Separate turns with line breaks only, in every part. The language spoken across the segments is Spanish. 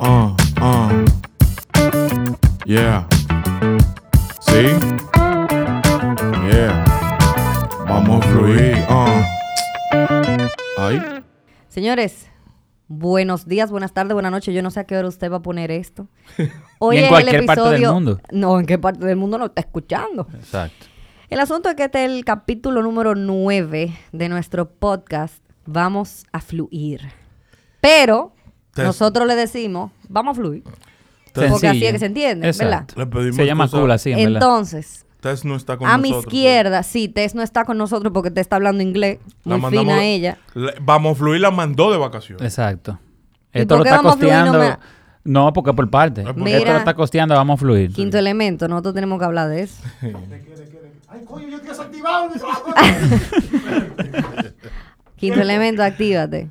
Uh, uh. Yeah. See? Yeah. Vamos a fluir. Uh. Ay.
Señores, buenos días, buenas tardes, buenas noches. Yo no sé a qué hora usted va a poner esto. Hoy
Ni en
es
cualquier parte del mundo.
No, en qué parte del mundo no está escuchando.
Exacto.
El asunto es que este es el capítulo número 9 de nuestro podcast. Vamos a fluir. Pero
Te-
nosotros le decimos, vamos a fluir. Porque así es que se entiende,
Exacto.
¿verdad?
Le pedimos
Se llama
cosas.
cool así, en verdad.
Entonces,
Tess no está con
a mi
nosotros.
izquierda, sí, Tess no está con nosotros porque Tess está hablando inglés.
La
Muy
mandamos-
fina ella.
le- Vamos Fluir la mandó de vacaciones.
Exacto.
¿Y
Esto
por
lo
qué
está
vamos a fluir
costeando.
nomás?
No, porque por parte.
por
Mira.
Esto lo está costeando, vamos a fluir.
Quinto elemento, nosotros tenemos que hablar de eso. Quinto elemento, actívate.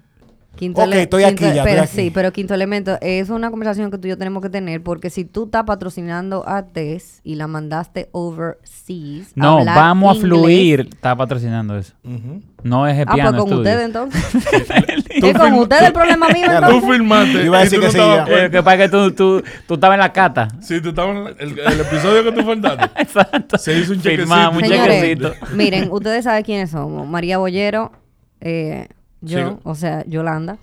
Quinto
Ok,
ele-
estoy
quinto-
aquí ya,
pero
estoy aquí.
sí, pero quinto elemento, es una conversación que tú y yo tenemos que tener porque si tú estás patrocinando a Tess y la mandaste overseas.
No,
hablar
vamos a
inglés-
fluir. Está patrocinando eso. No es el
Ah, pues
piano.
con
Studio.
ustedes entonces. ¿Es con ustedes el problema mío
Ya, tú
Tú
entonces?
firmaste.
Iba a
y
decir
tú
que
no
sí,
estabas
ya.
Eh,
puesto.
que pasa es que tú, tú, tú estabas en la cata.
Sí, tú estabas en la- el, el episodio que tú faltaste.
Exacto.
Se hizo un
Firmamos un
chequecito.
Señores,
chequecito.
miren, ustedes saben quiénes somos. María Bollero, eh, yo,
Sí.
o sea, Yolanda.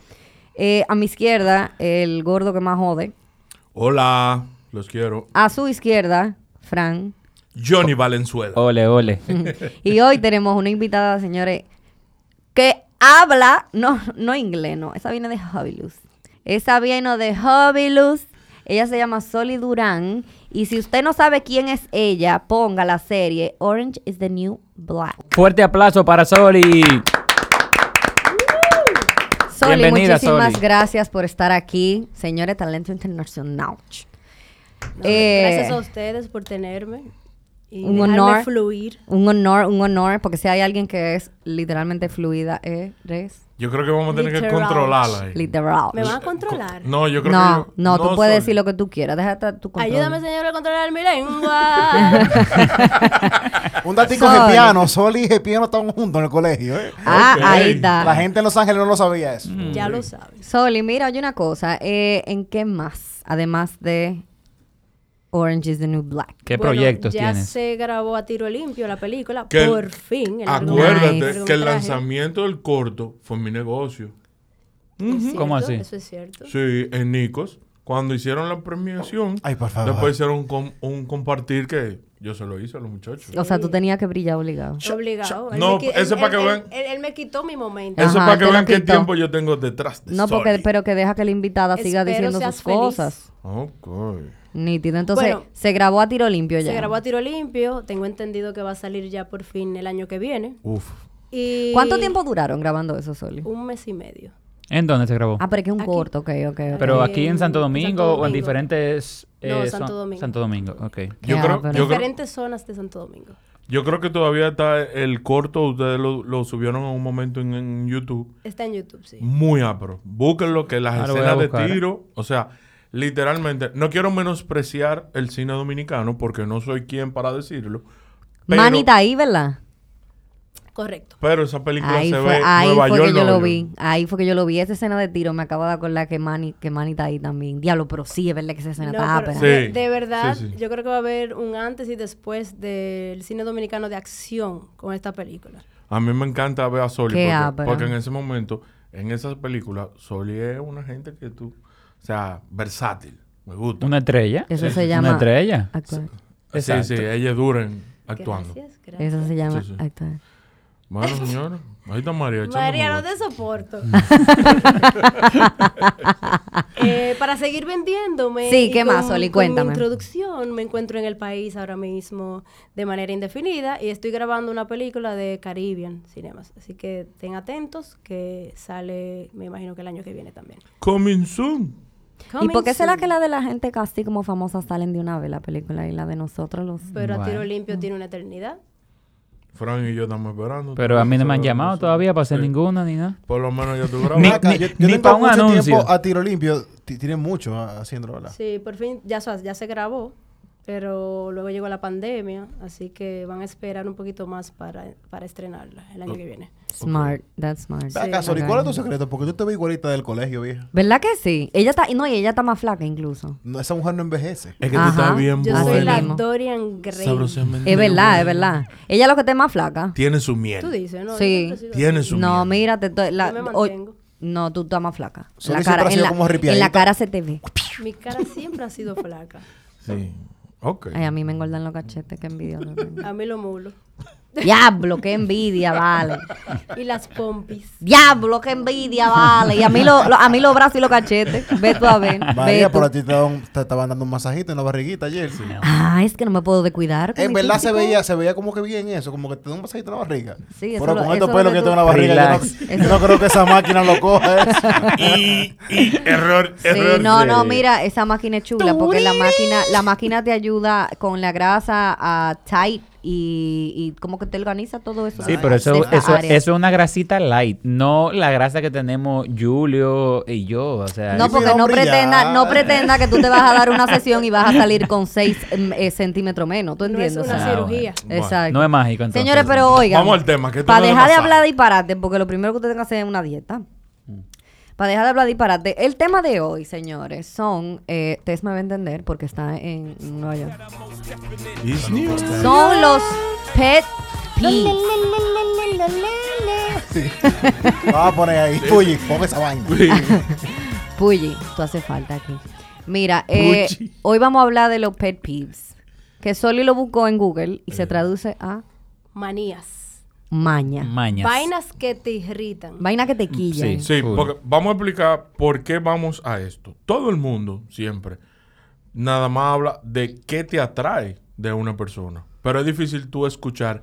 Eh, a mi izquierda, el gordo que más jode.
Hola, los quiero.
A su izquierda, Fran.
Oh.
Johnny Valenzuela.
Ole, ole.
Y hoy tenemos una invitada, señores, que habla, no, no inglés, no. Esa viene de Hobilus. Esa viene de Hobilus. Ella se llama Soli Durán. Y si usted no sabe quién es ella, ponga la serie Orange is the New Black.
Fuerte aplauso para Soli.
Soli,
Bienvenida,
muchísimas
Soli.
gracias por estar aquí, señores Talento Internacional.
No,
Eh,
gracias a ustedes por tenerme y
un
dejarme
honor.
fluir.
Un honor, un honor, porque si hay alguien que es literalmente fluida, eres
Yo creo que vamos a tener que
Literal.
controlarla. ahí.
literal.
Me van a controlar.
eh, No, yo creo
No,
que.
no, tú puedes
Soli.
decir lo que tú quieras, déjate tu control.
Ayúdame, señor, a controlar mi lengua.
Un datico
Sol.
gepiano. Sol y gepiano estaban juntos en el colegio. ¿eh?
Ah,
Ok.
ahí está.
La gente en Los Ángeles no lo sabía eso.
ya lo sabes.
Soli, mira, oye una cosa. eh, ¿En qué más? Además de Orange is the New Black.
¿Qué
Bueno,
proyectos
ya
tienes?
se grabó a tiro limpio la película.
Que-
por fin. el
Acuérdate
largometraje.
que el
largometraje.
lanzamiento del corto fue mi negocio.
¿Es cierto?
¿Cómo así?
Eso es cierto.
Sí, en Nicos. Cuando hicieron la premiación,
Ay, por favor.
después hicieron un, com- un compartir que yo se lo hice a los muchachos.
O sea, tú tenías que brillar obligado.
Obligado.
cha-
Él
no,
me qui-
eso
él-
para que
él-
vean.
Él, él me quitó mi momento.
Eso
Ajá,
para que
te lo
vean qué
quitó.
tiempo yo tengo detrás de
No, porque,
Sony.
pero que deja que la invitada siga
Espero
diciendo
seas
sus
feliz.
cosas.
Ok.
Nítido. Entonces,
Bueno.
se grabó a tiro limpio ya.
Se grabó a tiro limpio. Tengo entendido que va a salir ya por fin el año que viene.
Uf.
Y
¿Cuánto tiempo duraron grabando eso, Soli?
Un mes y medio.
¿En dónde se grabó?
Ah, pero es que es un
Uh, Aquí.
corto, ok, ok. ok.
Pero
ah,
Eh,
aquí en Santo
en Santo
Domingo, o en
Domingo.
diferentes...
No,
eh,
Santo
son-
Domingo.
Santo Domingo, ok.
Yo
Ya,
creo,
pero-
yo, creo,
Diferentes zonas de Santo Domingo.
yo creo que todavía está el corto, ustedes lo, lo subieron en un momento en, en YouTube.
Está en YouTube, sí.
Muy apro. Búsquenlo, que las
Ah, lo voy a
escenas de
buscar.
tiro, o sea, literalmente, no quiero menospreciar el cine dominicano porque no soy quien para decirlo. Pero,
Manny está ahí, ¿verdad?
Correcto.
pero esa película
Ahí
se
fue,
ve
ahí
Nueva
fue
York.
que yo
Nueva
lo
York.
vi. Ahí fue que yo lo vi. Esa escena de tiro me acabo de acordar que Manny, que Manny está ahí también. Diablo, pero sí, es verdad que esa escena
No,
está
pero
ápera.
Sí.
de, de verdad,
sí, sí.
yo creo que va a haber un antes y después del cine dominicano de acción con esta película.
A mí me encanta ver a Soli
Qué
porque,
ápera.
porque en ese momento, en esas películas, Soli es una gente que tú, o sea, versátil. Me gusta.
¿Una estrella?
Eso se
¿Una
llama...
estrella?
actuar.
Sí, sí, ella dura en actuando.
Gracias, gracias.
Eso se llama
Sí, sí.
actuar.
Bueno, señora, ahí está María. echando
María, no
como-
te soporto. Eh, para seguir vendiéndome.
Sí,
y
¿qué más,
con-
Oli?
con mi
Cuéntame.
introducción, me encuentro en el país ahora mismo de manera indefinida y estoy grabando una película de Caribbean Cinemas. Así que estén atentos que sale, me imagino que el año que viene también.
Coming soon.
¿Y por qué
Coming
será
soon.
que la de la gente casi como famosa salen de una vez la película y la de nosotros los...
Pero a tiro
Bueno.
limpio tiene una eternidad.
Fran y yo estamos esperando.
Pero a mí no me han
Nosotros-
llamado todavía para hacer
Sí.
ninguna ni nada.
Por lo menos ya tú grabas.
Ni-
Ven acá,
ni-
yo, yo
ni
tengo
pa' un
mucho
anuncio.
tiempo a tiro limpio. Ti- Tienen mucho ah, haciéndolo, ¿verdad?
Sí, por fin ya, se- ya se grabó, pero luego llegó la pandemia, así que van a esperar un poquito más para, para estrenarla el año que viene.
Smart, that's smart.
Ven acá, Soli,
Ok.
¿cuál es tu secreto? Porque tú te ves igualita del colegio, vieja.
¿Verdad que sí? Ella está, no, y ella está más flaca incluso.
No, esa mujer no envejece.
Es que
Ajá.
tú estás bien
Yo
Así
soy la
mismo.
Dorian Gray.
Sabrosamente
Es verdad, es
buena.
verdad. Ella lo que está es más flaca.
Tiene su miel.
Tú dices, ¿no? Yo
Sí.
siempre he sido
Tiene su
No,
miel.
mira, te estoy- la-
Yo me
hoy-
mantengo.
no, tú estás más flaca.
Solo
la
siempre
cara,
ha
en,
sido
la,
como arrepiadita.
en la cara se te ve.
así. Mi cara siempre ha sido flaca.
Sí. Ok.
Ay, a mí me engordan los cachetes, qué envidia. los tengo.
A mí lo mulo.
Diablo, qué envidia, vale.
Y las pompis.
Diablo, qué envidia, vale. Y a mí, lo, lo- a mí los brazos y los cachetes. Ve tú a ver.
María,
ve
por
tú.
a ti te, daban- te estaban dando un masajito en la barriguita ayer.
Ah, es que no me puedo descuidar. con
En
mi
verdad se
físico.
veía, se veía como que bien eso, como que te da un masajito en la barriga.
Sí, eso
Pero
lo-
con
eso
estos
lo
pelos
que
que
tú-
tengo en la barriga,
Relax.
yo no, yo no creo que esa máquina lo coja. ¿eh? eso.
y, y error, error.
ah. Sí, no, no, mira, esa máquina es chula porque la máquina, la máquina te ayuda con la grasa a tight y, y como que te organiza todo eso.
Sí, pero eso,
Esta
eso,
área.
eso es una grasita light, no la grasa que tenemos Julio y yo. O sea,
No,
Ahí sí
porque
da
no
un
pretenda,
brillar.
no pretenda que tú te vas a dar una sesión y vas a salir con 6 centímetros menos. ¿Tú
No es
entiendes?
una
O sea,
bueno.
cirugía.
Bueno,
Exacto.
no es mágico, entonces.
Señores, pero oigan.
Vamos al tema, que esto
Para
no es de
dejar de
masaje.
hablar disparate, porque lo primero que ustedes tengan que hacer es una dieta.
Mm.
Para dejar de hablar disparate. El tema de hoy, señores, son. Eh, Tess me va a entender porque está en Nueva York.
It's new.
Son los pet peeves.
Vamos a poner ahí. Oye, pon esa vaina.
Puyi, tú hace falta aquí. Mira, eh,
Puyi.
hoy vamos a hablar de los pet peeves. Que Soli lo buscó en Google y se traduce a
Manías.
maña.
Mañas.
Vainas que te irritan.
Vaina que te quilla.
Sí.
Sí,
Full.
porque vamos a explicar por qué vamos a esto. Todo el mundo siempre nada más habla de qué te atrae de una persona. Pero es difícil tú escuchar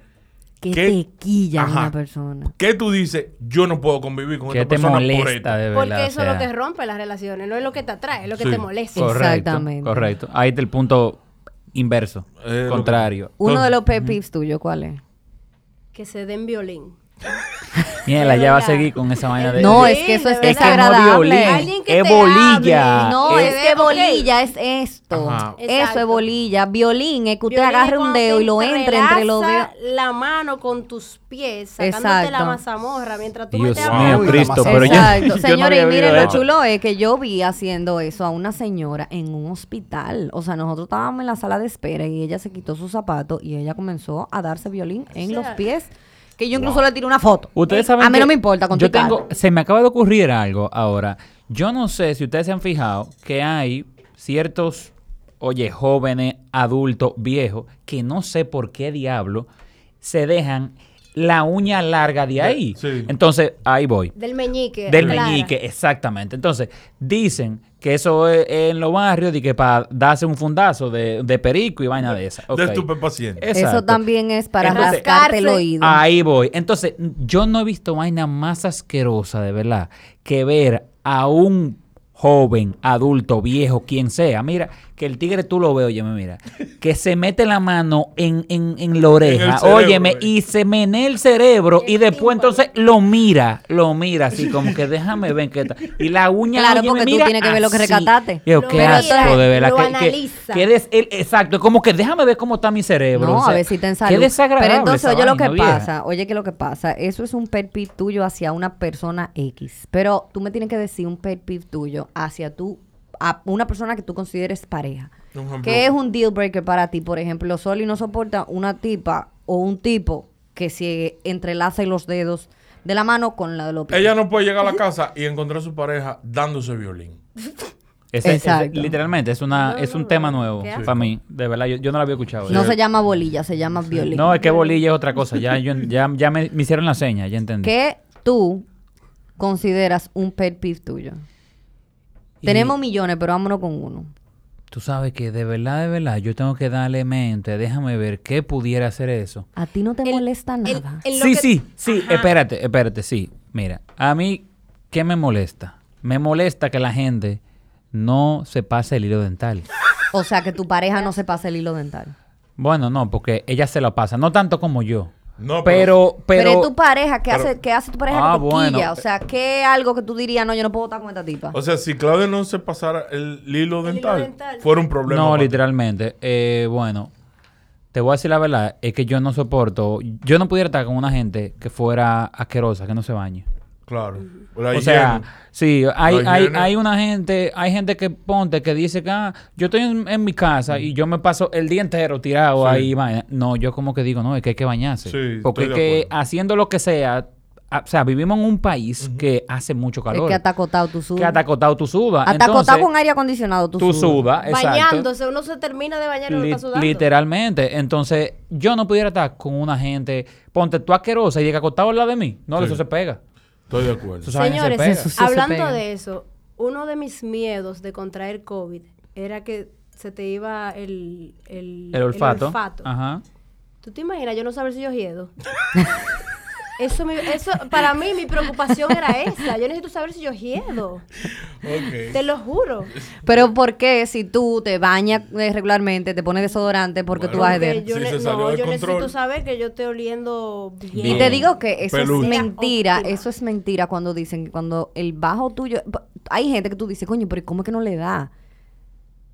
Que
¿Qué?
te quilla
Ajá.
una persona.
qué tú dices, yo no puedo convivir con
que
esta
te
persona por
molesta,
esto.
de verdad.
Porque eso
o
es lo
sea.
que rompe las relaciones, no es lo que te atrae, es lo que
Sí.
te molesta.
Co-
Correcto,
Exactamente.
Correcto. Ahí está el punto inverso.
Eh, lo
contrario.
Uno de los pet peeves tuyo, ¿cuál es?
Que se den violín.
Mierda,
De
ya va a
verdad.
seguir con esa vaina de.
No,
de-
es que eso es
de verdad.
desagradable.
Alguien que
Es
te
bolilla.
hable.
No,
Eh,
es que
ok.
bolilla es esto.
Ajá.
Eso es
Exacto.
bolilla. Violín es que usted
Violín es
agarre un
cuando
dedo
te
y lo entre entre los dedos.
entrelaza la mano con tus pies, sacándote la
Exacto.
mazamorra mientras tú
Dios
metes la
mío,
mano.
Uy, la
Cristo,
masa.
pero yo-
Exacto.
yo. no
Señores,
había
y miren,
oído
lo
esto.
chulo es que yo vi haciendo eso a una señora en un hospital. O sea, nosotros estábamos en la sala de espera y ella se quitó su zapato y ella comenzó a darse violín en los pies. Que yo incluso le tiré una foto. Eh,
Ustedes saben
A mí
que
no me importa
Yo
contestar.
tengo, se me acaba de ocurrir algo ahora. Yo no sé si ustedes se han fijado que hay ciertos, oye, jóvenes, adultos, viejos, que no sé por qué diablo se dejan la uña larga de ahí.
sí.
Entonces, ahí voy.
Del meñique.
Del
Clara.
meñique, exactamente. Entonces, dicen que eso es en los barrios de que para darse un fundazo de, de perico y vaina de esa. Ok.
De estupefaciente.
Eso
Exacto.
también es para
Entonces-
rascarte el
Rascarse.
oído.
Ahí voy. Entonces, yo no he visto vaina más asquerosa, de verdad, que ver a un joven, adulto, viejo, quien sea. Mira, que el tigre tú lo ves, óyeme, mira. Que se mete la mano en, en, en la oreja,
cerebro,
óyeme,
eh.
y se menea el cerebro y
El
después
tímpano.
entonces lo mira, lo mira así como que déjame ver qué tal. Y la uña...
Claro,
óyeme,
porque tú
mira,
tienes que ver lo que
así.
recataste.
Yo,
Lo
qué
mira,
asco, de verdad.
lo
que- que-
analiza.
que des- el- exacto, como que déjame ver cómo está mi cerebro.
No,
o sea,
a ver si te
Qué
ensalud.
desagradable
Pero entonces,
esa
oye lo que
vaina, vieja.
pasa, oye que lo que pasa, eso es un pet peeve tuyo hacia una persona X. Pero tú me tienes que decir un pet peeve tuyo hacia tú, a una persona que tú consideres pareja.
Un ejemplo.
¿Qué es un deal breaker para ti? Por ejemplo, Soli no soporta una tipa o un tipo que se entrelaza los dedos de la mano con la de los pies.
Ella no puede llegar a la casa y encontrar a su pareja dándose violín.
Ese- ese-
Exacto. Mm,
literalmente, es, una,
No,
es un
no,
tema
no.
nuevo
Qué
para
asco.
mí. De verdad, yo, yo no lo había escuchado.
No
Yo-
se llama bolilla, se llama violín.
No, es que bolilla es otra cosa. Ya, yo- ya, ya me, me hicieron la seña, ya entendí.
¿Qué tú consideras un pet peeve tuyo?
Y
Tenemos millones, pero vámonos con uno.
Tú sabes que de verdad, de verdad, yo tengo que darle mente. Déjame ver qué pudiera hacer eso.
¿A ti no te
El-
molesta
el-
nada?
el lo
Sí,
que-
sí, sí,
Ajá.
espérate, espérate, sí. Mira, a mí, ¿qué me molesta? Me molesta que la gente no se pase el hilo dental.
O sea, que tu pareja no se pase el hilo dental.
Bueno, no, porque ella se lo pasa, no tanto como yo.
No,
pero,
Pero,
pero,
es tu pareja, ¿qué,
pero-
hace, ¿qué hace tu pareja
Ah,
que te
bueno.
quilla? O sea, ¿qué algo que tú dirías, no, yo no puedo estar con esta tipa?
O sea, si Claudia no se pasara el hilo
El hilo
dental,
dental.
fuera un problema.
no,
para ti.
literalmente. Eh, bueno, te voy a decir la verdad, es que yo no soporto, yo no pudiera estar con una gente que fuera asquerosa, que no se bañe.
Claro. La
o sea,
higiene.
sí, hay,
La
hay,
higiene.
hay una gente, hay gente que ponte que dice que ah, yo estoy en, en mi casa y yo me paso el día entero tirado
Sí.
ahí. vaina. No, yo como que digo, no, es que hay que bañarse.
Sí,
Porque
estoy
es
de
que
acuerdo.
haciendo lo que sea, a- o sea, vivimos en un país que hace mucho calor.
es que hasta acotado tú
que
sudas.
hasta acotado tú sudas.
Hasta acotado
Entonces,
con aire acondicionado tú,
tú
sudas.
sudas. exacto.
Bañándose, uno se termina de bañar y uno
Li-
está sudando.
literalmente. Entonces, yo no pudiera estar con una gente, ponte tú asquerosa y de que acotado al lado de mí. No,
Sí.
eso se pega.
Estoy de acuerdo.
Eso se- vainas
Señores,
pega.
Eso sí se
hablando
pega.
de eso, uno de mis miedos de contraer COVID era que se te iba el, el,
El olfato.
olfato.
Ajá.
¿Tú te imaginas yo no saber si yo hiedo? eso, me- eso para mí mi preocupación era esa. Yo necesito saber si yo hiedo. Te lo juro.
Pero ¿por qué si tú te bañas eh, regularmente, te pones desodorante, porque tú
Bueno,
vas a
Porque
heder?
yo,
Si
ne-
se salió
no,
de
yo
control.
necesito saber que yo estoy oliendo bien.
Y te digo que eso
Peluche.
es mentira,
Óptima.
eso es mentira cuando dicen que cuando el bajo tuyo, pa- hay gente que tú dices, coño, pero ¿cómo es que no le da?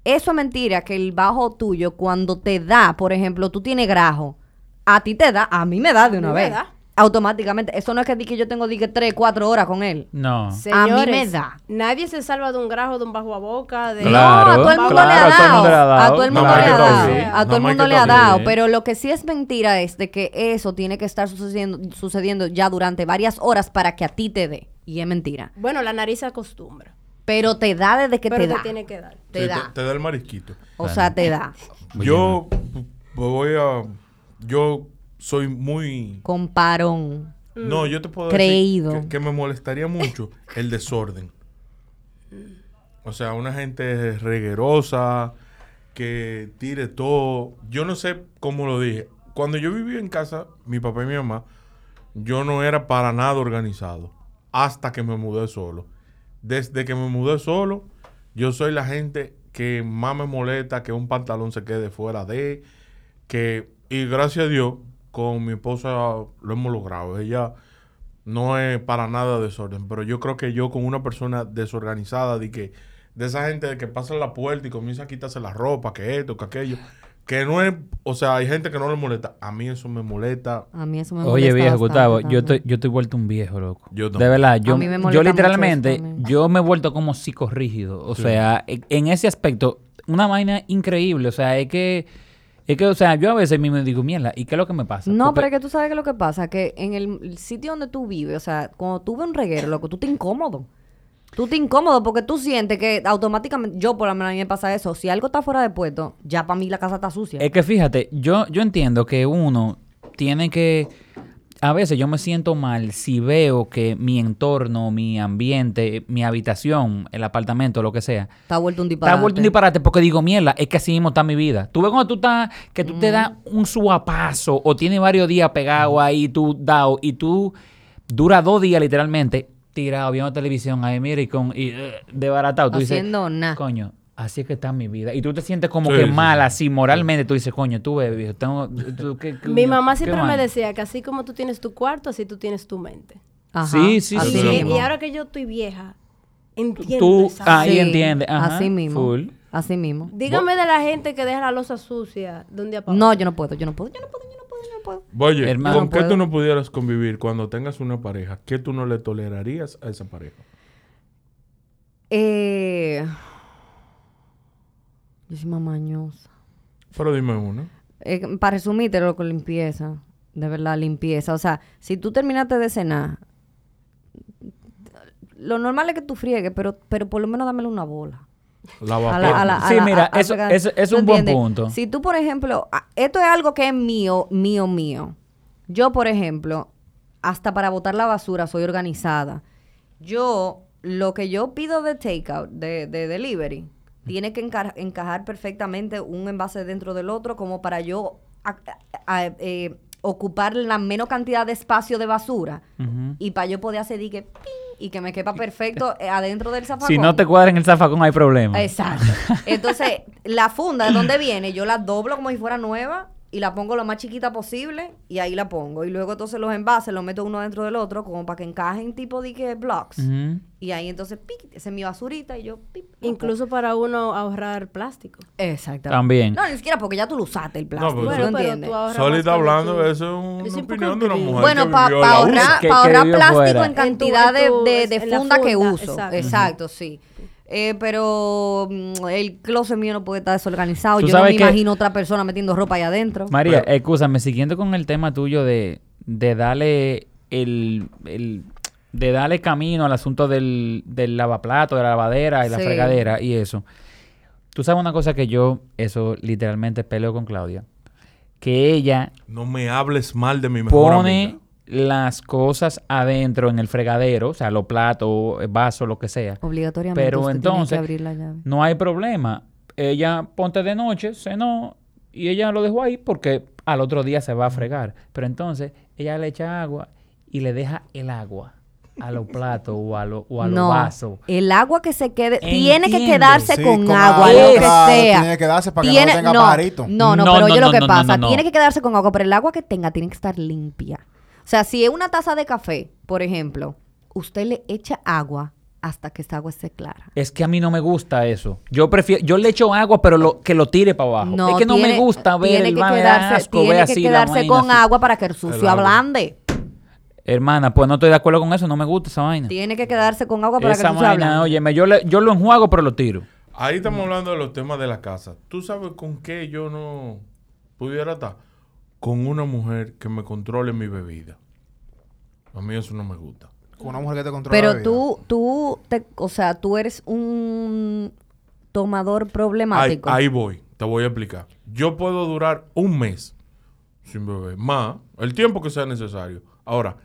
Eso es mentira, que el bajo tuyo cuando te da, por ejemplo, tú tienes grajo, a ti te da, a mí me da de
A
una
mí me
vez.
da.
Automáticamente, eso no es que di que yo tengo di que 3, 4 horas con él.
No.
Señores,
A mí me da.
Nadie se salva de un grajo, de un bajo a boca, de...
Claro,
no, a todo el mundo
claro,
le ha
a todo el
dado.
mundo le ha dado.
A todo el mundo
Claro
le ha
que
dado.
sí.
A todo el
Mamá
mundo
que
le ha
sí.
dado. Pero lo que sí es mentira es de que eso tiene que estar sucediendo, sucediendo ya durante varias horas para que a ti te dé. Y es mentira.
Bueno, la nariz se acostumbra.
Pero te da desde que
Pero
te
te
da.
tiene que dar.
Te
Sí,
da.
el marisquito.
O sea, te da.
Yo p- voy a. Yo soy muy.
Comparón.
No, yo te puedo
Creído.
decir que, que me molestaría mucho el desorden. O sea, una gente reguerosa, que tire todo. Yo no sé cómo lo dije. Cuando yo vivía en casa, mi papá y mi mamá, yo no era para nada organizado. Hasta que me mudé solo. Desde que me mudé solo, yo soy la gente que más me molesta que un pantalón se quede fuera de que y gracias a Dios con mi esposa lo hemos logrado. Ella no es para nada desorden, pero yo creo que yo con una persona desorganizada de que de esa gente de que pasa en la puerta y comienza a quitarse la ropa, que esto, que aquello, que no es, o sea, hay gente que no le molesta. A mí eso me molesta.
A mí eso me
Oye,
molesta
viejo
bastante
Gustavo, yo
también.
estoy, yo estoy vuelto un viejo, loco.
Yo
De
también.
verdad, yo,
A mí me molesta
yo
mucho
literalmente,
eso también.
yo me he vuelto como psicorrígido. O sea, en, en ese aspecto, una vaina increíble. O sea, es que, es que, o sea, yo a veces mismo digo, mierda, ¿y qué es lo que me pasa?
No, pero
Porque-
es que tú sabes que lo que pasa, que en el sitio donde tú vives, o sea, cuando tú ves un reguero, loco, tú te incómodo. Tú te incómodo porque tú sientes que automáticamente, yo por lo menos a mí me pasa eso, si algo está fuera de puesto, ya para mí la casa está sucia.
Es que fíjate, yo, yo entiendo que uno tiene que. A veces yo me siento mal si veo que mi entorno, mi ambiente, mi habitación, el apartamento, lo que sea,
está vuelto un disparate.
Está vuelto un disparate porque digo, mierda, es que así mismo está mi vida. Tú ves cuando tú estás, que tú te das un suapazo o tienes varios días pegado ahí, tú dado, y tú dura dos días literalmente tirado viendo televisión ahí, mira, y con y, eh, desbaratado. Tú
Haciendo
dices,
nada.
coño, así es que está mi vida. Y tú te sientes como
Sí,
que
sí, sí.
mal, así moralmente. Tú dices, coño, tú ves, viejo, tengo. tú- qué- qué-
Mi mamá
qué
siempre me
vaina".
decía que así como tú tienes tu cuarto, así tú tienes tu mente.
Ajá,
Sí, sí,
así
y,
sí.
mismo. ah,
y ahora que yo estoy vieja, entiendo.
Tú
esa-
ahí
Sí,
entiendes. Ajá,
así mismo.
full.
Así mismo.
Dígame de la gente que deja la losa sucia de un día para
No,
otro.
yo no puedo, yo no puedo, yo no puedo, yo no puedo, yo no puedo.
Oye,
Hermano,
¿con qué
puedo.
tú no pudieras convivir cuando tengas una pareja? ¿Qué tú no le tolerarías a esa pareja?
Eh, yo soy mamañosa.
Pero dime uno.
Eh, para resumirte lo que limpieza, de verdad, limpieza. O sea, si tú terminaste de cenar, lo normal es que tú friegues, pero, pero por lo menos dámelo una bola.
La
a la- a la- a
Sí,
la-
mira,
a- a-
eso-
a-
eso- eso es
¿no
un buen
entiendes?
punto.
Si tú, por ejemplo, a- esto es algo que es mío, mío, mío. Yo, por ejemplo, hasta para botar la basura soy organizada. Yo, lo que yo pido de takeout, de, de delivery, tiene que encar- encajar perfectamente un envase dentro del otro como para yo a- a- a- eh, ocupar la menor cantidad de espacio de basura
Ujú.
y para yo poder hacer dique ¡ping! y que me quepa perfecto eh, adentro del zafacón.
Si no te cuadra en el zafacón, hay problema.
Exacto. Entonces, la funda de donde viene, yo la doblo como si fuera nueva y la pongo lo más chiquita posible y ahí la pongo. Y luego entonces los envases los meto uno dentro del otro como para que encajen tipo de que blocks.
Ujú.
Y ahí entonces, pic, esa es mi basurita y yo, pip, la
Incluso para uno ahorrar plástico.
pongo. Exacto.
También.
No, ni siquiera porque ya tú lo usaste el plástico.
pero
¿no
tú-
entiendes?
ahorras
Soli
más
está
cuando
hablando,
tú-
eso es
Es
una
un poco
opinión de una
increíble.
mujer.
Bueno,
que
para
vivió la
ahorrar,
Que-
pa'
que
ahorrar
vivió
plástico
fuera.
en
En
tu- en
cantidad de-
tu-
de, de
en la
funda que
funda,
uso. Exacto,
exacto.
sí. Eh, pero mm, el closet mío no puede estar desorganizado. Yo
Tú
no me
sabes que-
imagino otra persona metiendo ropa ahí adentro.
María,
Pero-
escúchame, siguiendo con el tema tuyo de, de darle el, el- de darle camino al asunto del, del lavaplato, de la lavadera y la
Sí.
fregadera y eso. Tú sabes una cosa que yo, eso literalmente peleo con Claudia, que ella
No me hables mal de mi mejor
pone
amiga.
las cosas adentro en el fregadero, o sea, los platos, vasos, lo que sea.
Obligatoriamente.
Pero
usted tiene que
entonces,
abrir la llave.
no hay problema. Ella ponte de noche, cenó y ella lo dejó ahí porque al otro día se va a fregar. Pero entonces ella le echa agua y le deja el agua a los platos o a, lo- o a los
No,
vasos.
el agua que se quede tiene que
Entiendo.
quedarse
Sí,
con,
con
agua,
agua,
lo que
claro,
sea.
tiene que quedarse para que no tenga
no,
pajarito.
No, no,
No,
pero
no,
oye
no,
lo que
no, no,
pasa,
no.
tiene que quedarse con agua, pero el agua que tenga tiene que estar limpia. O sea, si es una taza de café, por ejemplo, usted le echa agua hasta que esa agua esté clara.
Es que a mí no me gusta eso. Yo prefiero, yo le echo agua, pero lo, que lo tire para abajo. es que no me
tiene-
gusta ver
tiene
el
que
baño, me da
quedarse,
asco
tiene
ver
que
así la
quedarse
vaina
con
así.
agua para que el sucio
agua.
ablande.
Hermana, pues no estoy de acuerdo con eso, no me gusta esa vaina.
Tiene que quedarse con agua para que
Esa
el sucio
vaina,
ablande.
óyeme, yo, le- yo lo enjuago, pero lo tiro.
Ahí estamos hablando de los temas de la casa. ¿Tú sabes con qué yo no pudiera estar? Con una mujer que me controle mi bebida. A mí eso no me gusta.
Con una mujer que te controla. la
Pero
vida.
tú, tú, te, o sea, tú eres un tomador
Ahí,
problemático.
ahí voy, te voy a explicar. Yo puedo durar un mes sin beber, más el tiempo que sea necesario. Ahora,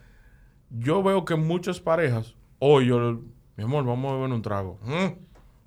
yo veo que muchas parejas, hoy yo, mi amor, vamos a beber un trago. Mm,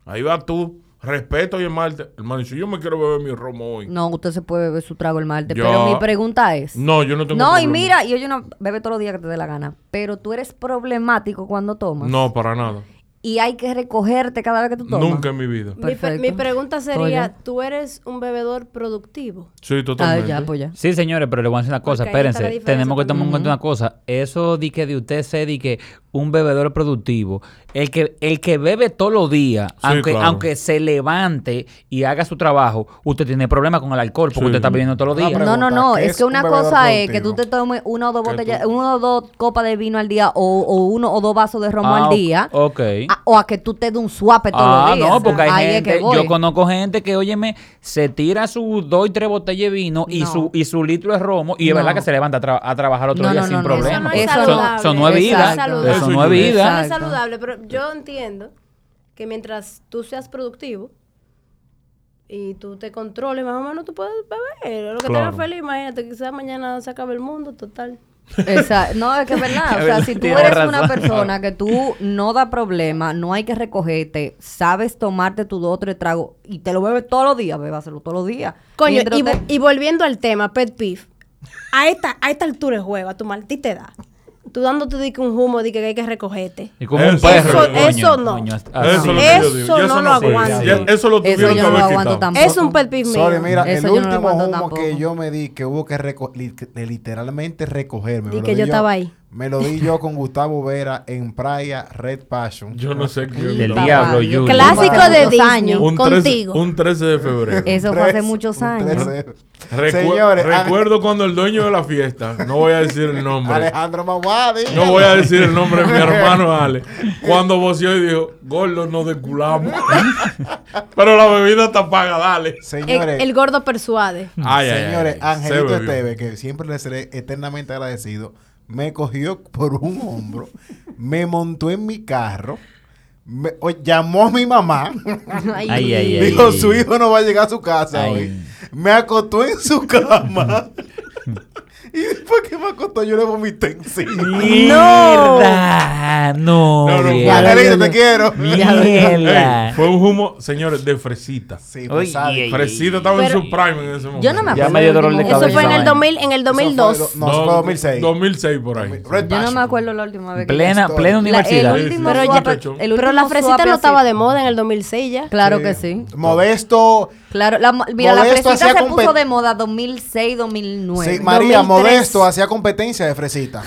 ahí va tú, respeto y el malte. El man dice, yo me quiero beber mi romo hoy.
No, usted se puede beber su trago el martes,
Yo-
pero mi pregunta es.
No, yo no tengo
No, y
problema.
mira, y oye, no, bebe todos los días que te dé la gana, pero tú eres problemático cuando tomas.
No, para nada.
Y hay que recogerte cada vez que tú tomas.
Nunca en mi vida.
Mi, pre-
Perfecto.
mi pregunta sería,
Oye.
¿tú eres un bebedor productivo?
Sí,
Ah,
totalmente.
ya, pues ya.
Sí, señores, pero le voy a decir una cosa,
Porque ahí está la
espérense,
diferencia
tenemos que tomar
también.
en cuenta una cosa, eso de que de usted se di que un bebedor productivo, el que el que bebe todos los días, aunque
claro.
aunque se levante y haga su trabajo, usted tiene problemas con el alcohol porque
Sí.
usted está bebiendo todos los
Ah,
días.
pero-
No, no, no.
¿qué
Es
es
que
un
una
bebedor
cosa es que tú
productivo?
te tomes una o dos
Que
botellas,
tú-
uno o dos copas de vino al día o, o uno o dos vasos de romo
Ah,
al día.
ok.
a- o a que tú te des un suape todos
Ah,
los días.
no, porque hay
Ahí es
gente,
que voy.
yo conozco gente que, óyeme, se tira sus dos y tres botellas de vino y
No.
su y su litro de romo y es
No.
verdad que se levanta a, tra- a trabajar otro
No,
día
no,
sin
no, no.
problema.
Eso no
porque
es
son-
saludable.
son, no es vida,
Exacto.
eso no es
Eso yo-
vida.
No es
Exacto.
saludable, pero yo entiendo que mientras tú seas productivo y tú te controles, más o menos tú puedes beber. Lo que te
Claro.
haga feliz, imagínate, quizás mañana se acabe el mundo, total.
Exacto. No, es que es verdad. O sea, si tú
Tienes
eres
razón.
una persona que tú no da problema, no hay que recogerte, sabes tomarte tu dos o tres tragos y te lo bebes todos los días, bébaselo todos los días.
Coño,
Mientras
y,
te-
vo- y volviendo al tema, pet peeve. A esta, a esta altura de juego, a tu maldita edad. Tú dándote di que un humo de que hay que recogerte.
Y como un
Eso-
perro.
eso- eso no.
hasta-
Eso es lo que
Eso
yo digo. Ya
no lo
se puede.
aguanto.
Ya- eso lo
Eso
tuvieron
yo
que
no lo
haber
aguanto
quitado.
tampoco.
Es un pet peeve mío.
Sorry, mira,
Eso
el
yo no lo
último
aguanto
humo
tampoco.
que yo me di que hubo que reco- li- de literalmente recogerme.
Di
me lo
que
di
yo estaba ahí.
Me lo di yo con Gustavo Vera en Praia Red Passion.
Yo no sé qué.
Del diablo, Yuri.
Clásico de
Muchos
Disney.
años.
Un 13,
contigo.
un 13 de febrero.
Eso fue hace muchos años.
Recu-
Señores,
recuerdo cuando el dueño de la fiesta, no voy a decir el nombre,
Alejandro Maguadi.
no voy a decir el nombre de mi hermano Ale, cuando voció y dijo, gordo, nos desculamos. Pero la bebida está paga, dale.
Señores,
El, el gordo persuade.
Ay, ay, ay,
señores,
ay, se
Angelito
bebió.
Esteve, que siempre le seré eternamente agradecido, me cogió por un hombro, me montó en mi carro, me- o- llamó a mi mamá.
Ay,
Ay, ay, ay.
Dijo, su hijo no va a llegar a su casa
Ay.
hoy. Me acostó en su cama. y después que me acostó, yo le vomité encima.
¡Mierda! No.
No, no,
viejo.
Ya lo-
Alelito, te quiero.
¡Mierda!
Ey, fue un humo, señores, de fresita.
Sí,
Oye,
pues, sabe.
ey,
Fresita estaba en
Pero-
su prime en ese momento.
Yo no me
Ya
acuerdo.
me dio
del
dolor de
último
cabeza.
juego
Eso fue en
que
el,
yo
2000, en el
Eso fue
2002.
do- no, eso fue 2006.
2006 por ahí.
Red
Yo no
Passion.
me acuerdo la última vez que
Plena,
Esto-
plena
La-
universidad.
el último
Pero
swap-
yo-
el
Pero la
último swap
fresita no estaba
así.
de moda en el 2006 ya.
Claro que sí.
Modesto.
Claro, la, mo- mira, la
Modesto
fresita se
hacía compet-
puso de moda 2006, 2009.
Sí, María
2003.
Modesto hacía competencia de fresita.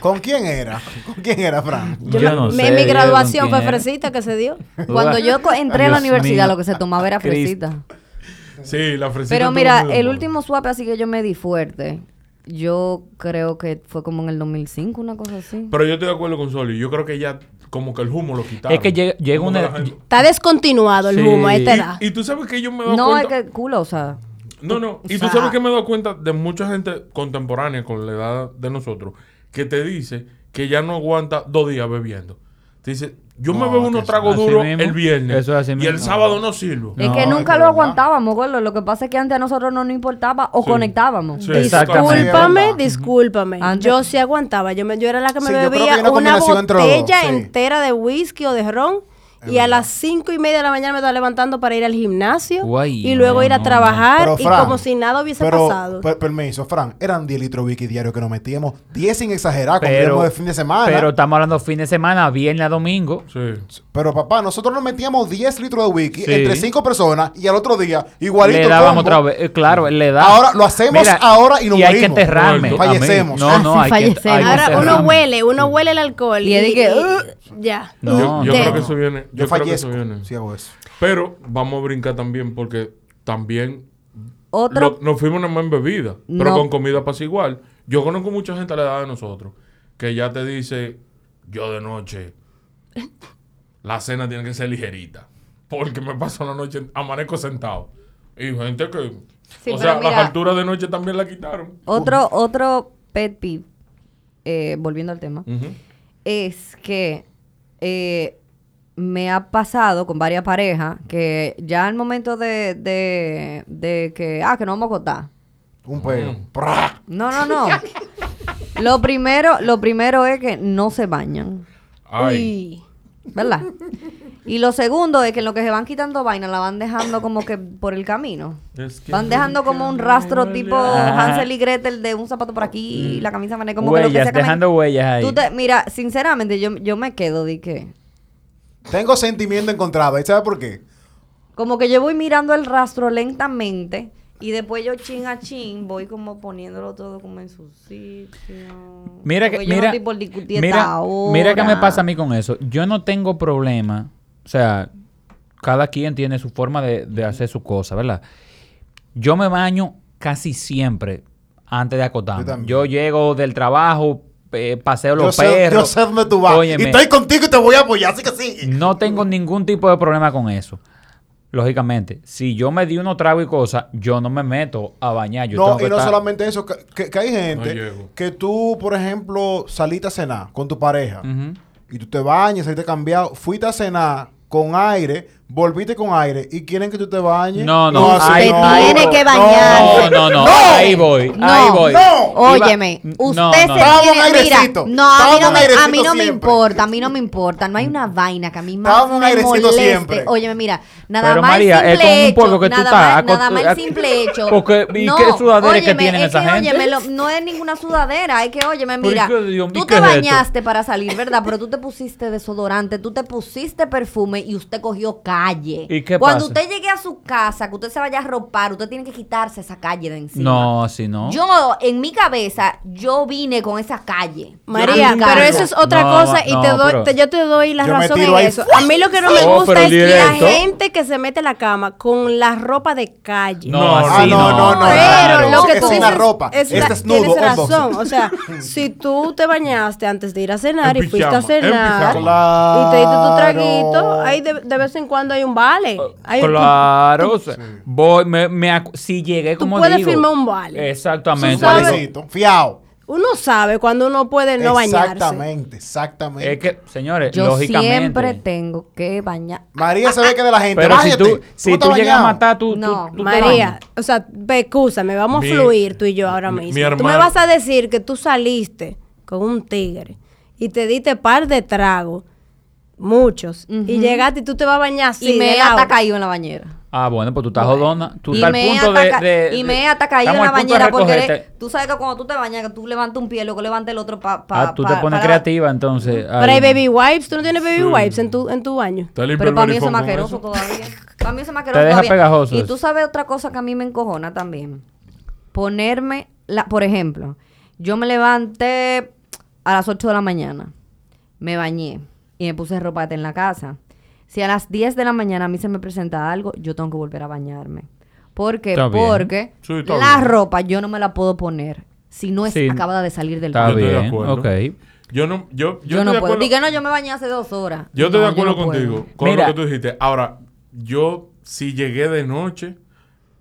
¿Con quién era? ¿Con quién era, Fran?
Yo
me-
no
mi-
sé,
mi
yo
graduación
no
fue
quién era.
fresita que se dio.
Cuando yo co- entré a la
Dios
universidad,
mío. Ah,
lo que se tomaba era
Cristo.
fresita.
Sí, la fresita.
Pero
estaba
mira,
muy de
el
moda.
último swap así que yo me di fuerte, yo creo que fue como en el 2005, una cosa así.
Pero yo estoy de acuerdo con Soli. Yo creo que ya, como que el humo lo quitaron.
Es que llega- llega
Como
una-
que la gente-
Está descontinuado el
Sí.
humo a esta edad.
Y, y tú sabes que yo me he dado
Ah. No,
cuenta.
es que Ah. culo, o sea.
No, no. Y
O
tú
sea-
sabes que me he dado cuenta de mucha gente contemporánea con la edad de nosotros que te dice que ya no aguanta dos días bebiendo. Te dice, yo me
No,
bebo
que
unos
eso-
tragos
así
duros
mismo.
el viernes.
Eso es así
y
mismo.
el sábado no sirvo.
es
No,
que
es
nunca
que
lo
verdad.
aguantábamos, gordo. Lo que pasa es que antes a nosotros no nos importaba o
Sí.
conectábamos.
Sí,
Exactamente.
Discúlpame,
Ujú.
discúlpame.
Antes-
Yo sí aguantaba. Yo, me- yo era la que me
Sí, yo creo que
bebía
hay una
una
combinación entre los dos,
botella
sí.
entera de whisky o de ron. Y a las cinco y media de la mañana me estaba levantando para ir al gimnasio
Guay,
y luego
no,
ir a
no,
trabajar
Pero,
Ah, y
Fran,
como si nada hubiese
pero,
pasado.
per- permiso, Fran, eran 10 litros wiki diario que nos metíamos. 10 sin exagerar,
Pero,
comíamos de fin de semana.
pero
Pero,
estamos hablando fin de semana, viernes a domingo.
Sí.
papá, nosotros nos metíamos 10 litros de wiki
Sí.
entre 5 personas y al otro día igualito.
le daban
combo.
otra vez. Eh, Claro, le daban.
Ahora lo hacemos ahora y nos
Y hay que
morimos.
enterrarme.
Muerto. Fallecemos.
Amén. No, no,
Ah, sí,
hay que- hay que
fallecemos.
Ahora uno
enterrarme.
huele, uno huele el alcohol.
Y es de que,
"Uh".
"Ugh".
ya.
yo
No,
yo
Te-
creo que eso viene. Yo,
Yo,
creo que eso
fallezco
viene.
si hago eso.
Pero vamos a brincar también porque también
Otro.
lo- nos fuimos nada más en bebida. Pero
No.
con comida pasa igual. Yo conozco mucha gente a la edad de nosotros que ya te dice, yo de noche, la cena tiene que ser ligerita. Porque me paso la noche, amanezco sentado. Y gente que...
Sí,
o
pero
sea, las
mira-
alturas de noche también la quitaron.
Otro, otro pet peeve, eh, volviendo al tema,
Ujú.
es que eh, me ha pasado con varias parejas que ya al momento de, de, de que, ah, que no vamos a acotar.
Un pelo.
Mm.
Prá.
No, no, no. lo, primero, lo primero es que no se bañan,
Ay.
Uy.
¿verdad? Y lo segundo es que en lo que se van quitando vaina la van dejando como que por el camino.
Es que
Van dejando
nunca
como un
me
rastro
huele
tipo
Ajá. Mm.
Hansel y Gretel de un zapato por aquí, la camisa mané, como que lo que
Huellas,
sea que me-
dejando huellas ahí.
Tú te- mira, sinceramente, yo, yo me quedo de que.
Tengo sentimiento encontrado. ¿Y sabes por qué?
Como que yo voy mirando el rastro lentamente y después yo chin a chin voy como poniéndolo todo como en su sitio.
Mira que,
Porque yo
mira,
no estoy por discutir
mira,
esta hora.
mira que me pasa a mí con eso. Yo no tengo problema. O sea, cada quien tiene su forma de, de hacer su cosa, ¿verdad? Yo me baño casi siempre antes de
Yo
acotarme.
también.
Yo, llego del trabajo, eh, paseo
Yo
los
sé,
perros.
yo sé dónde tú vas.
Óyeme,
Y estoy contigo y te voy a apoyar, así que sí.
no tengo ningún tipo de problema con eso. Lógicamente, si yo me di uno trago y cosas, yo no me meto a bañar. Yo
no,
tengo
y
que
no
estar-
solamente eso, que, que- que hay
No
gente
llego.
que tú, por ejemplo, saliste a cenar con tu pareja
Ujú.
y tú te bañas, saliste cambiado, fuiste a cenar con aire, volviste con aire y quieren que tú te bañes.
No, no,
así
ahí- ahí-
tiene que
no.
bañar.
No, no, no, ahí voy, ahí voy.
no.
Iba- Mm,
Óyeme,
No,
usted
no,
se
no.
Estábamos
tiene-
en
mira,
airecito.
no, a mí no,
Estábamos
me,
en
a mí no
airecito
me
siempre.
importa, a mí no me importa, no hay una vaina que a mí más
Estábamos en
me
airecito
moleste.
siempre.
Óyeme, mira, nada
Pero,
más el
María, es
simple
con un
hecho,
pueblo que tú
nada
estás,
más-
a co-
nada más
a-
el simple hecho.
Porque, ¿y
No,
qué sudadera que
óyeme,
tienen
es
esa
que,
gente?
óyeme, lo- no es ninguna sudadera, es que óyeme,
Pero,
mira,
¿y qué, Dios mío,
tú
qué
te
es esto?
bañaste para salir, ¿verdad? Pero tú te pusiste desodorante, tú te pusiste perfume y usted cogió calle.
¿Y qué
Cuando
pasa?
usted llegue a su casa, que usted se vaya a ropar, usted tiene que quitarse esa calle de encima.
No, así no.
Yo, en mi cabeza, yo vine con esa calle.
María,
A mi
pero
carro.
eso es otra
No,
cosa y
no,
te doy,
pero-
te- yo te doy la
Yo me
razón
tiro
en
ahí.
eso. A mí lo que no me
Oh, pero
gusta es que la
directo.
gente que se mete a la cama con la ropa de calle.
No,
Ah,
así
no, no, no.
claro.
Pero lo que
Es
tú
una
dices
ropa,
es
es
la-
desnudo,
tienes
es boxer.
razón. O sea, si tú te bañaste antes de ir a cenar
En
y fuiste
pijama,
a
en
cenar
pijama.
y te diste tu
Claro.
traguito, ahí de, de vez en cuando hay un vale. Hay un-
Claro, o sea, voy, me, me acu- si llegué
Tú
como
puedes
digo.
firmar un vale.
Exactamente.
Tú sabes-
Suavecito, Fiao.
Uno sabe cuando uno puede no bañarse.
Exactamente, exactamente.
Es que, señores,
Yo
lógicamente.
siempre tengo que bañar.
María se ve que de la gente.
Pero si
"Báñate,
tú, si
no te
tú llegas a
bañado".
matar, tú,
No,
tú- tú te
María,
bañas.
o sea, ve, escúchame, vamos
Mi-
a fluir tú y yo ahora
mi- mi
mismo. tú
hermana-
me vas a decir que tú saliste con un tigre y te diste par de tragos, muchos, y llegaste y tú te vas a bañar así.
y
de
me he
lado.
hasta caído en la bañera.
Ah, bueno, pues tú estás jodona. Tú
y,
estás al
me he
punto de,
ataca-
de-
y me he
de-
hasta caído en
estamos
la
al punto de
bañera porque
recogerte.
eres- tú sabes que cuando tú te bañas, que tú levantas un pie, luego levantas el otro para...
ah, tú te pones creativa, entonces.
Pero hay
ahí.
baby wipes, tú no tienes baby
Sí.
wipes en tu, en tu baño.
Está limpio
Pero
el
para mí eso es
marifón con
maqueroso
eso.
todavía. Para mí eso es maqueroso
deja
todavía.
pegajoso
Y
eso.
tú sabes otra cosa que a mí me encojona también. Ponerme, la, por ejemplo, yo me levanté a las 8 de la mañana, me bañé y me puse ropa en la casa. Si a las 10 de la mañana a mí se me presenta algo, yo tengo que volver a bañarme. ¿Por qué?
Está bien.
Porque
Sí, está
la
bien.
ropa yo no me la puedo poner si no es
Sí.
acabada de salir del
Está
Yo
baño.
estoy de
bien,
acuerdo.
ok.
Yo no, yo, yo
Yo,
estoy
no
de
puedo.
acuerdo-
Diga, no, yo me bañé hace dos horas.
Yo estoy
No,
de acuerdo
no puedo.
contigo, con
Mira.
lo que tú dijiste. Ahora, yo si llegué de noche,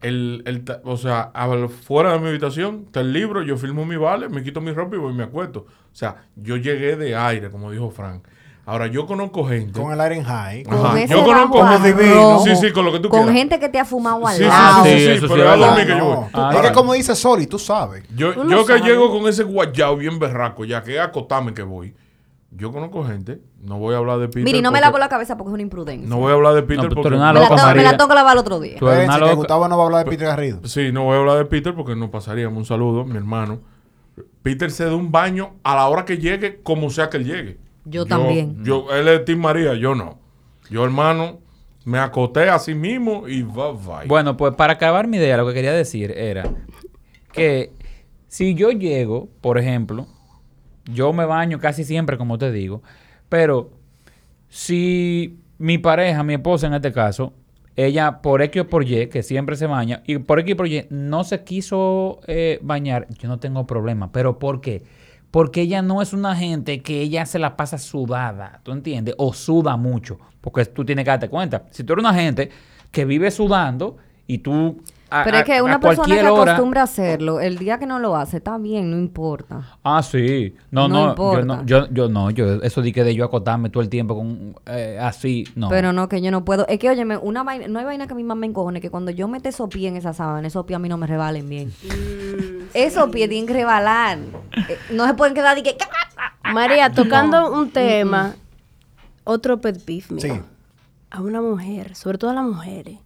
el, el ta- o sea, al- fuera de mi habitación, está el libro, yo filmo mi vale, me quito mi ropa y voy y me acuesto. O sea, yo llegué de aire, como dijo Frank. Ahora, yo conozco gente.
Con el aire en high.
Con
Ajá.
ese
Yo conozco
bajo
como divino.
arrojo,
Sí, sí, con lo que tú quieras.
gente que te ha fumado al
Sí, sí,
lado.
sí, sí,
eso
pero
sí es
era lo
verdad.
Ah,
único que yo
no.
voy.
Ah,
es
vale.
que como dice Soli, tú sabes.
Yo,
Uno
yo que
sabe.
llego con ese guayao bien berraco, ya que acotame que voy. Yo conozco gente, no voy a hablar de Peter.
Mira, y no me
porque-
lavo la cabeza porque es una imprudencia.
No voy a hablar de Peter
pero tú
porque.
eres una
me, la
loca,
tengo, me la
María.
tengo que lavar el otro día.
Tú eres una
Espérense, que
loca. Pues,
Gustavo no va a hablar de Peter Garrido.
Sí, no voy a hablar de Peter porque no pasaríamos. Un saludo, mi hermano. Peter se da un baño a la hora que llegue, como sea que él llegue.
Yo también.
Yo, él es Tim María, yo no. Yo, hermano, me acoté a sí mismo y va, va.
Bueno, pues para acabar mi idea, lo que quería decir era que si yo llego, por ejemplo, yo me baño casi siempre, como te digo, pero si mi pareja, mi esposa en este caso, ella por X o por Y, que siempre se baña, y por X o por Y no se quiso eh, bañar, yo no tengo problema. ¿Pero por qué? Porque ella no es una gente que ella se la pasa sudada, ¿tú entiendes? O suda mucho, porque tú tienes que darte cuenta. Si tú eres una gente que vive sudando y tú... a-
Pero
a-
es que
a
una persona que
cualquier hora-
acostumbra a hacerlo, el día que no lo hace, está bien, no importa.
Ah, sí. No,
No
no, yo
importa.
no, yo, yo no, yo, eso di que de yo acotarme todo el tiempo con eh, así, no.
Pero no, que yo no puedo. Es que, óyeme, una vaina, no hay vaina que a mí más me encojone, que cuando yo me te sopié en esa sábana, esos pies a mí no me rebalen bien.
Mm,
esos pies tienen que rebalar. Eh, no se pueden quedar de que... Ah,
María, tocando un tema, otro pet peeve mío.
Sí.
A una mujer, sobre todo a las mujeres,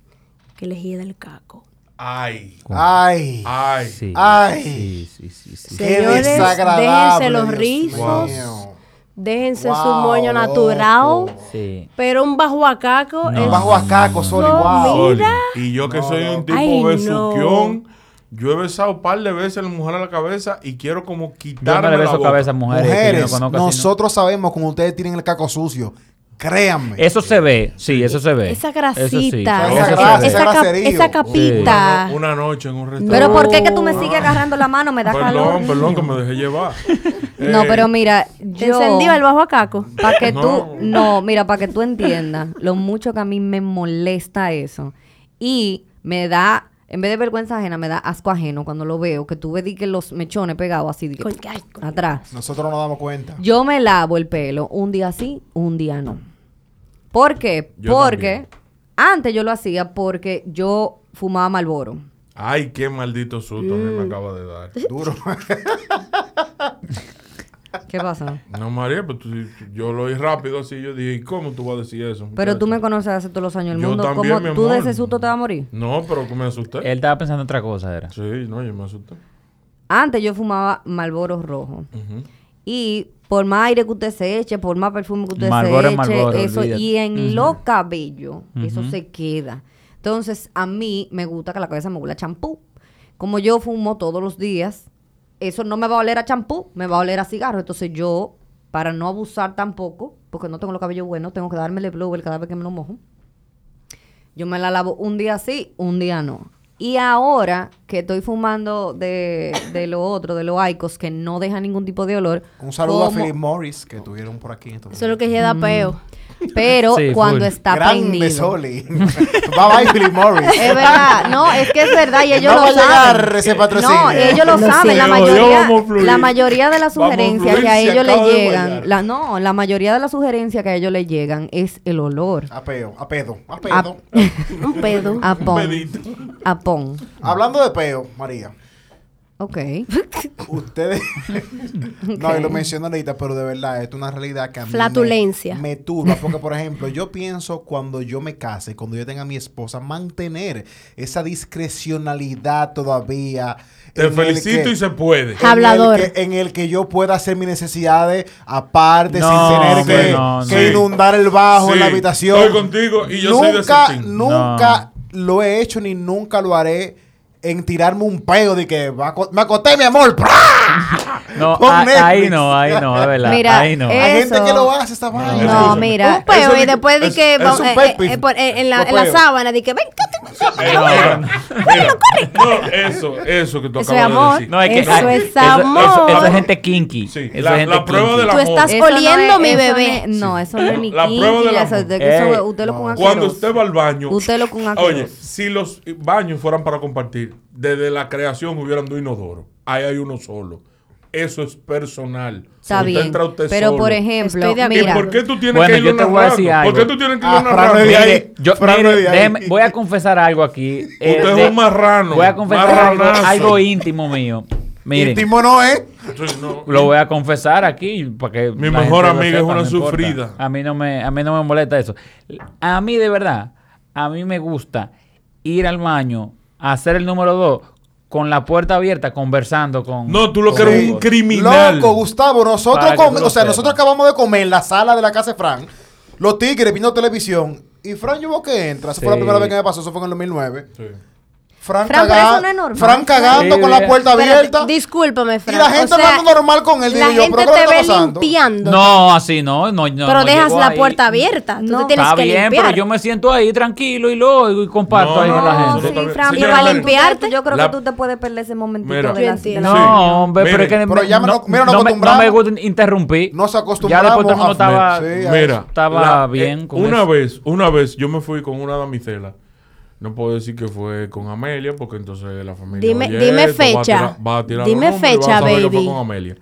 que les hiede el caco.
Ay,
Ay.
ay.
Sí,
Ay.
sí, sí, sí, sí.
Qué
Señores,
desagradable,
déjense los
Dios
rizos,
mío.
déjense su
Wow,
moño natural,
loco.
Sí.
pero un bajo a caco
No.
es-
Bajo a caco, Soli, wow.
Sol,
Mira.
Y yo que
No,
soy
no.
un tipo
Ay,
besuquión, yo he besado un par de veces a la mujer a la cabeza y quiero como
Yo
quitarme
no le
la
beso
boca.
cabeza a mujeres, que yo no
Mujeres,
conozco, así, no.
nosotros sabemos como ustedes tienen el caco sucio. Créanme.
Eso se ve, sí, eso se ve.
esa
Eso sí,
grasita,
eso
Esa
se
grasa,
ve.
esa
esa, cap-
graserío.
esa
Una,
capita.
no- una noche en un restaurante.
Pero ¿por qué que tú me sigues agarrando la mano? Me da calor.
Perdón, perdón,
niño.
que me dejé llevar.
No,
Eh,
pero mira,
¿Te
yo...
encendió el bajo a caco?
Para que
No.
tú, no, mira, para que tú entiendas lo mucho que a mí me molesta eso. Y me da, en vez de vergüenza ajena, me da asco ajeno cuando lo veo, que tú ves di que los mechones pegados así, di que-
Con- ay, con-
atrás.
Nosotros no nos damos cuenta.
Yo me lavo el pelo un día sí, un día no. ¿Por qué?
Yo
porque
también.
antes yo lo hacía porque yo fumaba Malboro.
Ay, qué maldito susto a mí
Mm.
me acaba de dar.
Duro.
¿Qué pasa?
No, María, pero tú- yo lo oí rápido así. Yo dije, ¿y cómo tú vas a decir eso?
Pero tú me
muchacho?
conoces hace todos los años el
Yo
mundo.
también, mi
¿Cómo tú de
amor.
ese susto te vas a morir?
No, pero que me asusté.
Él estaba pensando en otra cosa, era.
Sí, no, yo me asusté.
Antes yo fumaba Malboro rojo.
Ujú.
Y por más aire que usted se eche, por más perfume que usted
Marlboro es
se eche,
Marlboro,
eso, y
olvídate.
en los cabellos, eso se queda. Entonces, a mí me gusta que la cabeza me huela a champú. Como yo fumo todos los días, eso no me va a oler a champú, me va a oler a cigarro. Entonces, yo, para no abusar tampoco, porque no tengo los cabellos buenos, tengo que darme el blower cada vez que me lo mojo. Yo me la lavo un día sí, un día no. Y ahora que estoy fumando de, de lo otro, de los Aicos, que no deja ningún tipo de olor.
Un saludo a
como-
Philip Morris que tuvieron por aquí. en estos
Mm.
Eso es lo que hiede a peo.
Pero
Sí,
cuando
full.
está
Grande
prendido.
Soli. Bye bye, Philip Morris.
Es verdad, no, es que es verdad y ellos
no va
lo
a llegar
saben.
ese patrocinio.
No, ellos lo
No
saben,
sé,
la
yo-
mayoría,
yo vamos a fluir.
la mayoría de las
Vamos a
sugerencias
fluir,
que a
se
ellos les
acaba de
llegan,
guayar.
la, no, la mayoría de las sugerencias que a ellos les llegan es el olor.
A peo, a pedo, a
A,
pedo.
Un pedo.
Ah,
a pon.
Pedito.
A pon.
Hablando de peo, María.
Ok.
Ustedes. no, y lo menciono ahorita, pero de verdad, esto es una realidad que a mí
Flatulencia.
Me, me turba. Porque, por ejemplo, yo pienso cuando yo me case, cuando yo tenga a mi esposa, mantener esa discrecionalidad todavía. en
Te
el
felicito
que-
y se puede.
en el
Hablador.
que- En el, que, yo pueda hacer mis necesidades aparte,
No,
sin tener
hombre,
que,
no,
que
no.
inundar el bajo en la
Sí,
habitación.
estoy contigo y yo soy de ese
nunca,
team.
Nunca lo he hecho ni nunca lo haré en tirarme un peo de que va a co- me acosté, mi amor.
No,
Pon
ah, ahí
Netflix.
no, ahí no, es verdad.
Mira,
ahí no.
eh,
Hay gente
Eso.
que lo hace esta vaina.
No, mira.
Un peo
Eso
y
es-
después de
es-
que
es
vamos-
un
eh,
pepi.
eh, por- eh, en, la,
Un
en la
peo.
sábana de que ven que te-
Eh, no, mira, no, eso, eso que tú
Eso
acabas
es amor.
de decir.
No, es que-
eso
ah,
es
eso-
amor.
Eso, eso es gente kinky.
Sí,
Eso
la-
es gente
la prueba
kinky.
de la-
Tú estás
Eso no
oliendo
es-
mi
eso
bebé.
No, eso no es ni
La prueba
kinky,
del
eso-
amor.
de que eso-
Ey,
usted lo con
Cuando
asqueroso.
usted va al baño,
Usted lo con asqueroso.
oye, si los baños fueran para compartir, desde la creación hubieran dos inodoros. Ahí hay uno solo. Eso es personal.
Está
Usted
bien.
entra usted
Pero
solo.
por ejemplo,
Estoy de
¿Y
mira,
por qué tú tienes
Bueno,
que ir
yo te voy a decir algo.
¿Por qué tú tienes que ir
Ah, Fran, no
narrando?
es de ahí.
Mire, yo-
Fran,
mire,
no es de ahí.
déjeme- voy a confesar algo aquí. eh,
Usted es
de-
un marrano,
Voy a confesar algo,
marranazo.
algo íntimo mío. Mire,
Íntimo no es.
Sí, no.
lo voy a confesar aquí para que
Mi
la
mejor
gente lo
amiga es una
no importa.
sufrida.
A mí no me a mí no me molesta eso. A mí de verdad, a mí me gusta ir al baño, hacer el número dos con la puerta abierta conversando con
No, tú lo que
con-
eres un criminal.
Loco, Gustavo, nosotros
Para que
com-
tú lo
o sea, nosotros
sepas.
acabamos de comer en la sala de la casa de Fran, los tigres viendo televisión. Y Fran llevó que entra. Eso fue la
Sí.
primera vez que me pasó, eso fue en el 2009.
Sí.
Fran,
Fran, pero
caga-
eso no es normal.
Fran cagando
Sí,
con la
vea.
puerta
Pero,
abierta.
Discúlpame,
y
Fran.
la gente
o sea,
hablando normal con él. Digo
La
yo,
gente
pero ¿qué
te
es lo que
ve
está pasando?
limpiando.
No, así no, no, no
pero
no
dejas
llego
la
ahí.
puerta abierta. Tú
No.
te tienes
Está
que
bien,
limpiar.
pero yo me siento ahí tranquilo y lo oigo y comparto ahí con la
no,
gente.
sí,
Totalmente.
Fran,
Sí,
pero
mira,
para
mira.
limpiarte, yo creo
La-
que tú te puedes perder ese momentito
Mira.
de la,
Yo
de la-
entiendo.
Sí.
No, hombre, pero es
Mire,
que
pero ya me
no,
no- mira, nos
no me, no me
acostumbramos.
gusta interrumpir.
Nos
Ya
acostumbramos
después todo el mundo
a-
estaba,
Sí, a
Mira,
estaba
la-
bien
eh,
con
una
eso.
vez, una vez yo me fui con una damisela. No puedo decir que fue con Amelia porque entonces la familia.
Dime-
oye
dime
esto, va a
fecha.
tirar- va a tirar los nombres
Dime
y va a
fecha,
saber que fue
baby. Hmm.
con Amelia.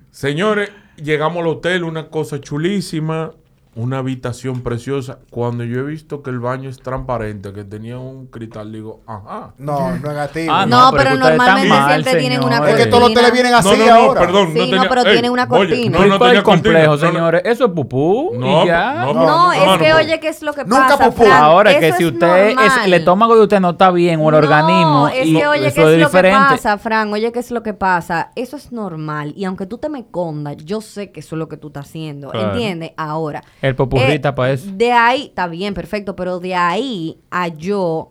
Señores, llegamos al hotel, una cosa chulísima, una habitación preciosa. Cuando yo he visto que el baño es transparente, que tenía un cristal, digo, ajá.
No, negativo.
Ah,
No, pero
que ustedes están
normalmente siempre tienen una
Es que
señores.
todos los teles vienen así
no, no, no,
ahora.
perdón.
Sí, no, pero tiene una cortina.
¿Y
no, no
cuál es
tenía
el complejo,
cortina, no, no.
señores? Eso es pupú
No,
y ya.
no,
No,
No,
es
hermano,
que
pero-
oye, ¿qué es lo que
Nunca
pasa?
popó.
Fran?
Ahora que
Eso
si
es
usted es,
normal.
el estómago de usted no está bien, o el organismo,
No, es
y
que oye,
eso
¿qué es,
es
lo que
diferente.
pasa, Fran? Oye, ¿qué es lo que pasa? Eso es normal. Y aunque tú te me escondas, yo sé que eso es lo que tú estás haciendo.
Claro.
¿Entiendes? Ahora. eh,
El popurrita para eso.
De ahí, está bien, perfecto. Pero de ahí a yo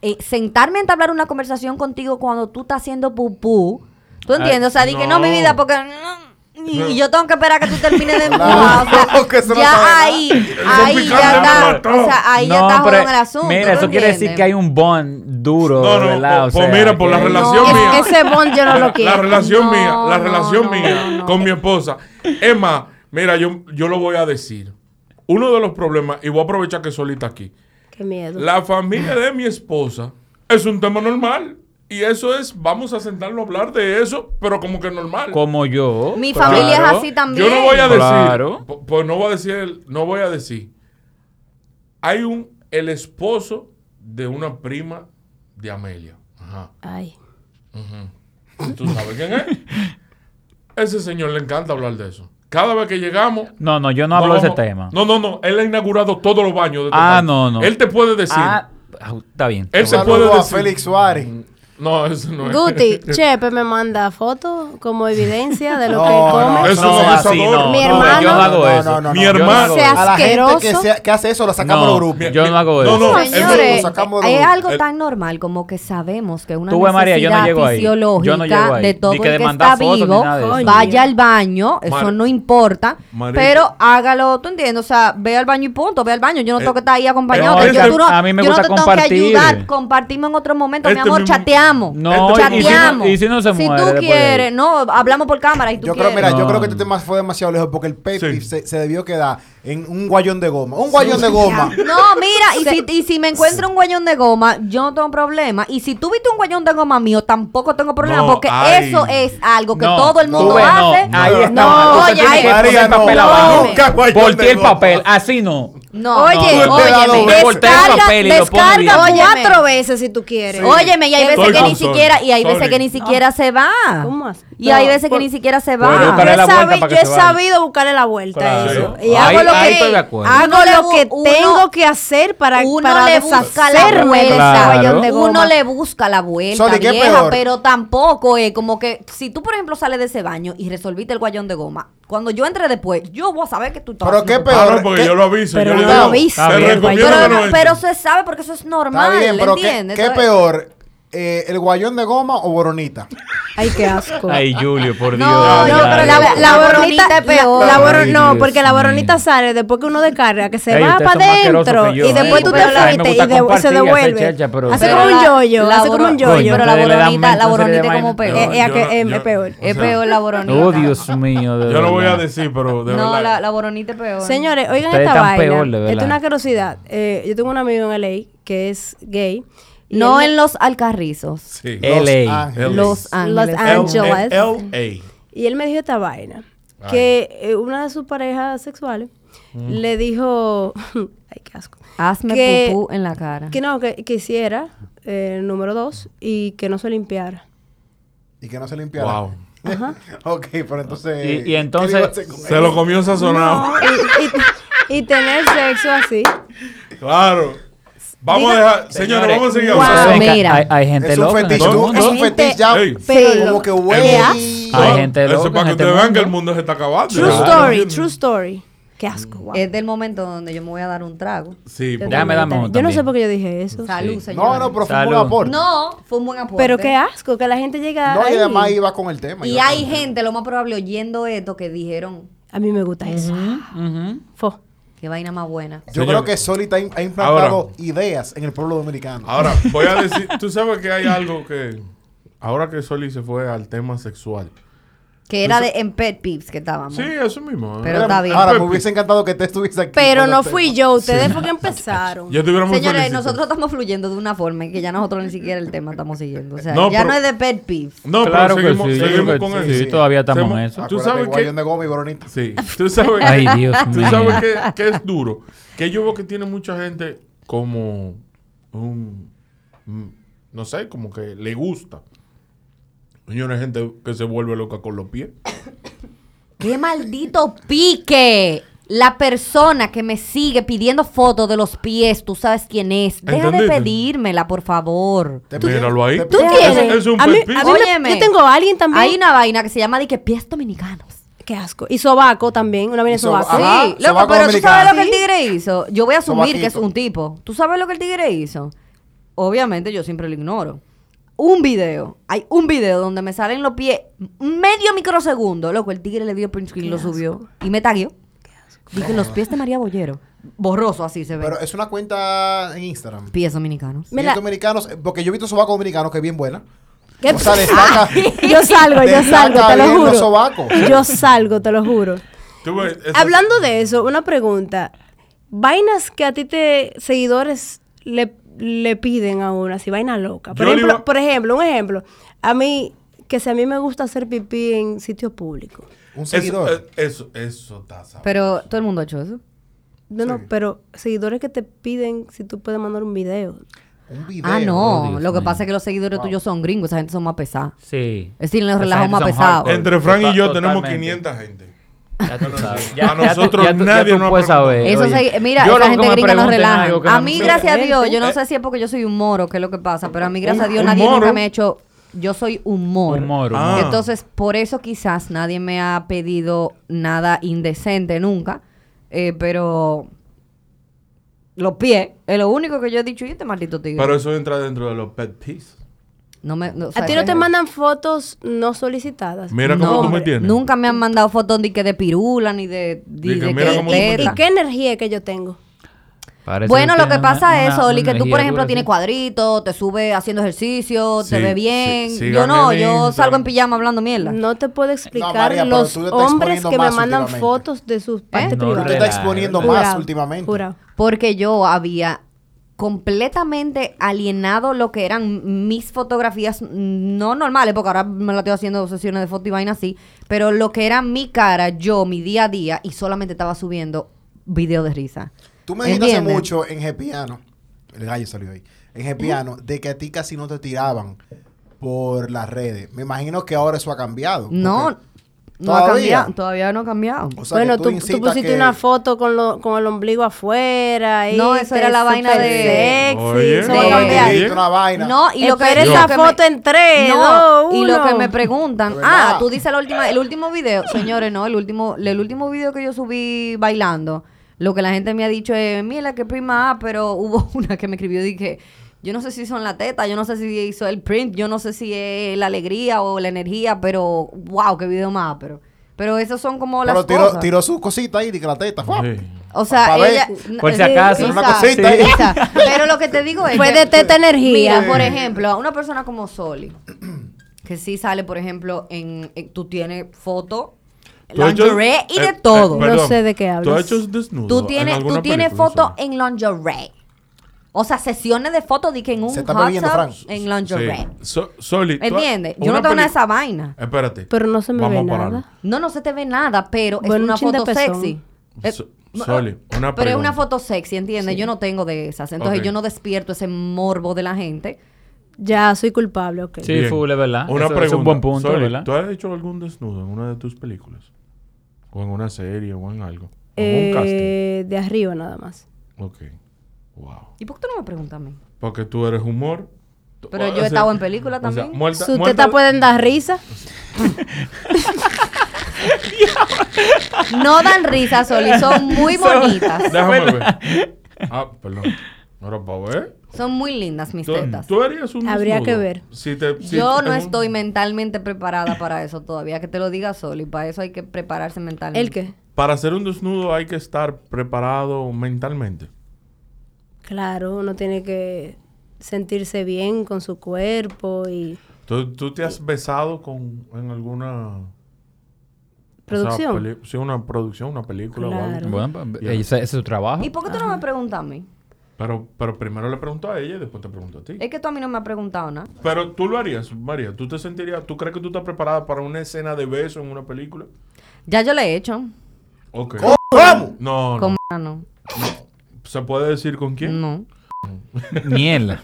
eh, sentarme a entablar una conversación contigo cuando tú estás haciendo pupú. ¿Tú
Ah,
entiendes? o sea, dije, no,
no.
mi vida, porque... no, y, y yo tengo que esperar a que tú termines de empujar. O
Claro,
sea,
que eso no sabe
ya
nada.
ahí,
Eso
ahí
picante
ya
me
está,
mató.
o sea, ahí ya
No,
está
pero-
jodón el asunto.
Mira,
¿tú
eso quiere decir
entiendes?
que hay un bond duro,
No, no,
¿verdad?
pues- pues mira, por la
que-
relación
Es-
mía.
Ese bond yo no
La-
lo quiero.
La relación
No,
mía, la
no,
relación
no,
mía
no, no.
con mi esposa. Emma, mira, yo, yo lo voy a decir. Uno de los problemas, y voy a aprovechar que solita aquí.
Qué miedo.
La familia de mi esposa es un tema normal. Y eso es, vamos a sentarnos a hablar de eso, pero como que normal.
Como yo.
Mi
claro.
familia es así también.
Yo no voy a decir.
Claro.
po- Pues no voy a decir. el- No voy a decir. Hay un. El esposo de una prima de Amelia. Ajá.
Ay.
¿Tú sabes quién es? Ese señor le encanta hablar de eso. Cada vez que llegamos.
No, no, yo no hablo de ese
vamos-
tema.
No, no, no. Él ha inaugurado todos los baños. De este
Ah,
país.
no, no.
Él te puede decir.
Ah, está bien.
él
Un
se
saludo
puede
a
decir.
Félix Suárez.
No, eso no es.
Guti, Chepe me manda fotos como evidencia de lo
No,
que
no,
come.
eso
no,
no es
así no.
Mi
no,
hermano-
yo no hago
No, no,
eso.
no, no,
Mi
Yo
hermano-
hago
Se
eso.
A la gente que,
Asqueroso.
sea- que hace eso, la sacamos
No,
del grupo.
yo no
No,
hago eso.
no,
es-
Señores,
lo sacamos de
es
duda.
algo
El-
tan normal como que sabemos que una
Tú ves,
necesidad
María, yo no llego ahí. Yo no
fisiológica
llego ahí.
de
Ni
todo
que
el que
demanda
está
fotos ni
vivo
nada de eso.
Coño.
vaya al baño, eso
Mar-
no importa,
María.
pero hágalo, tú entiendes, o sea, ve al baño y punto, ve al baño,
Eh,
yo no
este
tengo que estar ahí acompañado,
no,
de
es
hecho,
que
tú no-
a mí me
yo no
gusta
te tengo que
compartir.
ayudar, compartimos en otro momento, mi
Este
amor,
mismo-
chateamos.
No,
y- y si no-
chateamos.
y si no se muere
tú
después de ahí.
quieres, no, hablamos por cámara y tú
Yo creo,
quieres.
mira, yo
No.
creo que este tema fue demasiado lejos porque el Pepe
Sí.
se, se debió quedar en un guayón de goma. Un guayón de goma.
No, mira, y si, y si me encuentro un guayón de goma, yo no tengo problema. Y si tú viste un guayón de goma mío, tampoco tengo problema,
No,
porque
ay.
eso es algo que
No,
todo el
tú
mundo
ves, no,
hace.
ahí
No,
está mal. Tú te
oye,
tienes que
ahí-
poner el papel
no.
abajo.
Nunca
Voltea el papel, así no.
no,
Oye,
no,
tú te
la
óyeme,
doble
vuelta al papel y lo pone bien.
descarga
Cuatro
cuatro
veces si tú quieres.
Óyeme, y hay veces
Estoy
que
con
ni
Sol.
siquiera, y hay veces
Sorry.
que ni siquiera se va.
¿Cómo así?
Y hay
Pero,
veces que
por-
ni siquiera se
Puede
va.
Yo
buscarle
he,
la vuelta
sabi-
para que
yo he
se vaya.
sabido buscarle la vuelta a
Claro.
eso. Y
Ahí-
hago lo
ahí
que,
estoy de acuerdo.
hago
Uno le
lo
bu-
que
uno-
tengo que hacer para,
uno
para
le busca la
deshacerme de ese
vuelta.
guayón
Claro.
de goma.
Uno le busca la vuelta,
Soli, ¿qué es
vieja,
peor?
pero tampoco es como que si tú, por ejemplo, sales de ese baño y resolviste el guayón de goma, cuando yo entre después, yo voy a saber que tú estás.
Pero qué
haciendo-
peor.
Ah, no, porque
¿qué-
yo lo aviso.
Pero
yo le
lo
digo,
aviso.
Está
Te
bien,
recomiendo
Pero,
Yo
que
no,
no entres.
pero se sabe porque eso es normal.
Está bien, pero ¿qué,
¿entiendes?
qué
Eso es-
peor? eh, ¿El guayón de goma o boronita?
Ay, qué asco.
Ay, Julio, por Dios.
No,
Ay,
No, pero
ay.
la,
La
la,
boronita
boronita
es peor.
la boro-
Ay,
no,
Dios
porque la
mío.
boronita sale después que uno descarga, que se
Ey,
va
ustedes son
para
más asquerosos
adentro
que yo,
y
¿eh?
después
Sí,
tú te
pero la-
A mí me
fuiste
gusta
y de-
compartir
se
y hacer
devuelve.
chelcha, pero-
Hace
Pero
como un
la-
yoyo,
la
hace como
boro-
un
Coño,
yoyo.
pero la
Ustedes le dan
boronita, la
mente, en serio,
boronita
de
como
vaina.
peor.
Eh, eh,
yo
que-
no-
eh,
yo-
es peor.
o
Es
sea,
peor la boronita.
Oh, Dios mío. de
Yo lo voy a
verdad.
decir, pero de
No,
verdad.
la, la boronita es peor.
Señores, oigan
Ustedes
esta
están
vaina.
peor, de
Esta
verdad.
es una curiosidad. Eh, yo tengo un amigo en LA que es gay. y
no
él-
en los alcarrizos.
Sí.
LA.
Ángeles.
Los
Los
ángeles.
Ángeles. Angeles.
L.A.
Y él me dijo esta vaina. Que eh, una de sus parejas sexuales
Mm.
le dijo... Ay, qué asco.
Hazme
Que-
pupú en la cara.
Que no, que, que hiciera eh, número dos y que no se limpiara.
Y que no se limpiara.
Wow.
ok, pero entonces.
Y- y
¿qué
entonces-
iba a hacer con
Se lo comió
Oh.
sazonado.
Y, y- y tener sexo así.
Claro. Vamos a dejar. Señores, vamos a seguir
Wow.
avanzando.
Seca,
Mira.
Hay, hay gente
Es un
loca. en
fetiche,
este
todo
tú-
el
es un
mundo.
fetiche ya.
Ey. Ah.
Pero-
Como que
Qué
huele.
asco.
Hay gente
Eso
loca
para
en
que
este
ustedes vean
mundo.
que el mundo se está acabando.
True
Claro.
story, true story. Qué asco, guau.
Es del momento donde yo me voy a dar un trago.
Sí, porque-
Déjame darme uno
Yo no sé
también.
por qué yo dije eso.
Salud,
No,
señor.
no, pero fue un
Salud.
buen aporte.
No, fue un buen aporte.
Pero qué asco, que la gente llega
No, y
ahí.
además iba con el tema.
Y
iba
hay
con-
gente, lo más probable, oyendo esto, que dijeron,
A mí me gusta eso.
Ujú.
Fo.
qué vaina más buena.
Yo
Señor.
creo que Solita ha ha implantado
Ahora.
ideas en el pueblo dominicano.
Ahora, voy a decir. Tú sabes que hay algo que. Ahora que Soli se fue al tema sexual.
Que era de en Pet Peeps que estábamos.
Sí, eso mismo. ¿eh?
Pero está bien.
Ahora, me hubiese encantado que te estuviese aquí.
Pero
con el
no
tema.
fui yo, ustedes porque empezaron.
Yo estuviera muy
Señores,
felicito.
nosotros estamos fluyendo de una forma en que ya nosotros ni siquiera el tema estamos siguiendo. O sea,
No,
ya
pero-
no es de Pet Peeves.
No,
Claro
pero seguimos,
que sí,
seguimos
que
con
sí,
eso.
sí, todavía estamos en
Seguimos-
eso.
Tú
Acuérdate,
sabes
guayón
que.
de goma y boronita.
Sí, tú sabes.
Ay, Dios
Tú
mío.
sabes que, que es duro. Que yo veo que tiene mucha gente como un. un- No sé, como que le gusta. Señores, hay gente que se vuelve loca con los pies.
¡Qué maldito pique! La persona que me sigue pidiendo fotos de los pies, tú sabes quién es. Deja
¿Entendiste?
de pedírmela, por favor.
Te piden-
Míralo ahí.
te
¿Tú
piden-
tienes?
Es- es un
a mí,
pepino.
a mí me-
Óyeme.
yo tengo a alguien también.
Hay una vaina que se llama de que pies dominicanos.
Qué asco. Y sobaco también, una vaina
Y
de
soba-
sobaco.
Ajá.
Sí,
se
loco,
va con
pero tú sabes
Dominicana.
lo que el tigre hizo. Yo voy a asumir
Sobaquito.
que es un tipo. ¿Tú sabes lo que el tigre hizo? Obviamente yo siempre lo ignoro. Un video, hay un video donde me salen los pies medio microsegundo. Loco, el tigre le dio print screen, lo subió y me tagueó. Dije, los pies de María Bollero. Borroso así se ve.
Pero es una cuenta en Instagram.
pies dominicanos.
Y
Mira.
dominicanos, eh, porque yo he visto sobacos dominicanos que es bien buena.
¿Qué?
O sea, destaca.
Ah.
Yo salgo, yo
Destaca
salgo, te
bien
lo
los
juro.
sobacos.
Yo salgo, te lo juro.
Tú ves, eso-
Hablando de eso, una pregunta. Vainas que a ti te seguidores le, le piden a uno, así vaina loca. Por
Yo le
ejemplo,
iba-
por ejemplo, un ejemplo. A mí, que si a mí me gusta hacer pipí en sitios públicos.
Un
eso-
seguidor.
eh, Eso, eso está sabroso.
Pero todo el mundo ha hecho eso.
No, no, pero seguidores que te piden si tú puedes mandar un video.
un video.
Ah, no.
Dios
lo que
mío.
pasa es que los seguidores tuyos son gringos. Esa gente son más pesados.
Sí.
Es decir, los
Esa
relajos
gente
más
son
pesados.
hardcore.
Entre Frank y yo tenemos
Totalmente.
500 gente.
Ya tú sabes.
A nosotros
ya tú- ya
nadie
tú
nos ha
puedes
preguntado.
saber.
Eso
Eh, Oye,
se- mira,
yo
esa
lo
gente
que me
gringa nos
pregunten
relaja.
algo que
A
no
mí,
me-
gracias a Dios,
eh.
yo no sé si es porque yo soy un moro, que es lo que pasa, pero a mí, gracias a Dios,
un
nadie
moro.
nunca me ha hecho. Yo soy un moro.
Un moro, un
Ah.
moro.
Entonces, por eso quizás nadie me ha pedido nada indecente nunca, eh, pero los pies es lo único que yo he dicho. Y este maldito tigre.
Pero eso entra dentro de los pet peeves.
no me, no, o sea,
A ti no
es-
te mandan fotos no solicitadas.
Mira cómo
no,
tú me tienes.
Nunca me han mandado fotos ni que de pirula, ni de, ni
Diga,
de que
mira
de
cómo tú me
¿Y
teta.
qué energía que yo tengo?
Parece
bueno, lo que
tiene
pasa
una-
es,
una
Oli, que tú,
energía
por ejemplo,
dura,
tienes
sí.
cuadritos, te sube haciendo ejercicio, te
Sí,
ve
sí,
bien. yo
síganme
no,
en
yo
Instagram.
salgo en pijama hablando mierda.
No te puedo
No,
explicar
María, pero
los
tú te estás
hombres
exponiendo
que me
más
mandan
últimamente.
fotos de sus
No,
partes
Tú te
privadas.
relaja.
estás exponiendo
Jurado,
más últimamente.
jurado.
Porque yo había completamente alienado lo que eran mis fotografías, mm, no normales, porque ahora me la estoy haciendo sesiones de foto y vaina así, pero lo que era mi cara, yo, mi día a día, y solamente estaba subiendo videos de risa.
Tú me dijiste hace
¿Entiendes?
mucho en Gepiano, el gallo salió ahí, en Gepiano, de que a ti casi no te tiraban por las redes. Me imagino que ahora eso ha cambiado.
No,
porque-
no ha
¿Todavía?
cambiado, todavía no ha cambiado.
o sea,
bueno,
que
tú, tú,
incitas
pusiste
que-
una foto con, lo- con el ombligo afuera. Y
No, eso
te
era la vaina
super
de-
Sexy,
Oye.
eso
Una
va a
de-
cambiar.
bandejita, una vaina.
No, y lo que
Espera
y lo
esa
que
foto en tres, dos,
y lo
uno.
que me preguntan,
De verdad.
ah, tú dices la última, el último video, señores, no, el último, el último video que yo subí bailando, lo que la gente me ha dicho es, mira qué prima, ah", pero hubo una que me escribió dije, yo no sé si son la teta, yo no sé si hizo el print, yo no sé si es la alegría o la energía, pero wow, qué video más, pero pero esos son como las
Pero tiró,
cosas.
tiró sus cositas ahí de que la teta. ¡fua!
Sí.
O sea,
Pa' ver.
ella
Por si
sí,
acaso.
esa-
Una cosita, ¿eh?
esa. Pero lo que te digo es
Fue
que-
de teta energía.
Mira,
eh,
por ejemplo, a una persona como Soli, que sí sale, por ejemplo, en, en- tú tienes foto,
¿Tú has hecho-
lingerie y de
eh,
todo.
eh, perdón,
sé de qué
¿Tú has
hablas.
hecho desnudo?
tú
en
tienes, tú
alguna
tienes
película,
foto
sí?
en lingerie. O sea, sesiones de fotos de que en un
Se está
hot
bebiendo,
tub
Fran.
en lingerie.
Sí. So- Soli, tú has-
¿Entiendes? Yo no
una
tengo nada de
peli-
esa vaina.
Espérate.
Pero no se me
Vamos
ve
a parar.
nada.
No, no se te ve nada, pero es
Bueno, un
una
chin de
foto
pezón.
sexy. Eh,
So- Soli, una
Pero es
pregunta.
una foto sexy, ¿entiendes? Yo no tengo de esas. Entonces
Ok.
yo no despierto ese morbo de la gente.
Ya, soy culpable, ok.
Sí, full, es verdad.
Una
Eso- eso
pregunta.
es un buen punto,
Sorry,
¿verdad?
¿Tú has hecho algún desnudo en una de tus películas? O en una serie, o en algo. O en un casting.
Eh, de arriba nada más.
Ok. Wow.
¿Y por qué tú no me preguntas a mí?
Porque tú eres humor. Tú-
Pero
o
yo he
sea,
estado en película
o sea,
también.
muerta-
Sus
muerta-
tetas pueden dar risa.
No dan risa, Soli. Son muy bonitas.
Déjame ver. Ah, perdón. Ahora para ver.
Son muy lindas mis
¿Tú,
tetas.
tú harías un
Habría
desnudo?
que ver.
Si te- si
Yo
te-
no
en un-
estoy mentalmente preparada para eso todavía. Que te lo diga Soli. Para eso hay que prepararse mentalmente.
¿El qué?
Para hacer un desnudo hay que estar preparado mentalmente.
Claro, uno tiene que sentirse bien con su cuerpo y
¿Tú, tú te has besado con, en alguna... o sea,
producción.
peli- sí, una producción, una película o algo.
Claro.
Bueno, pues,
Ya.
ese, ese es su trabajo.
¿Y por qué tú no me preguntas a mí?
Pero, pero primero le pregunto a ella y después te pregunto a ti.
Es que tú a mí no me has preguntado nada.
Pero tú lo harías, María. ¿Tú te sentirías... ¿Tú crees que tú estás preparada para una escena de beso en una película?
Ya yo le he hecho.
Ok.
¡Oh, ¿Cómo?
No,
Con
no.
m- no.
¿Se puede decir con quién?
No.
Mierda.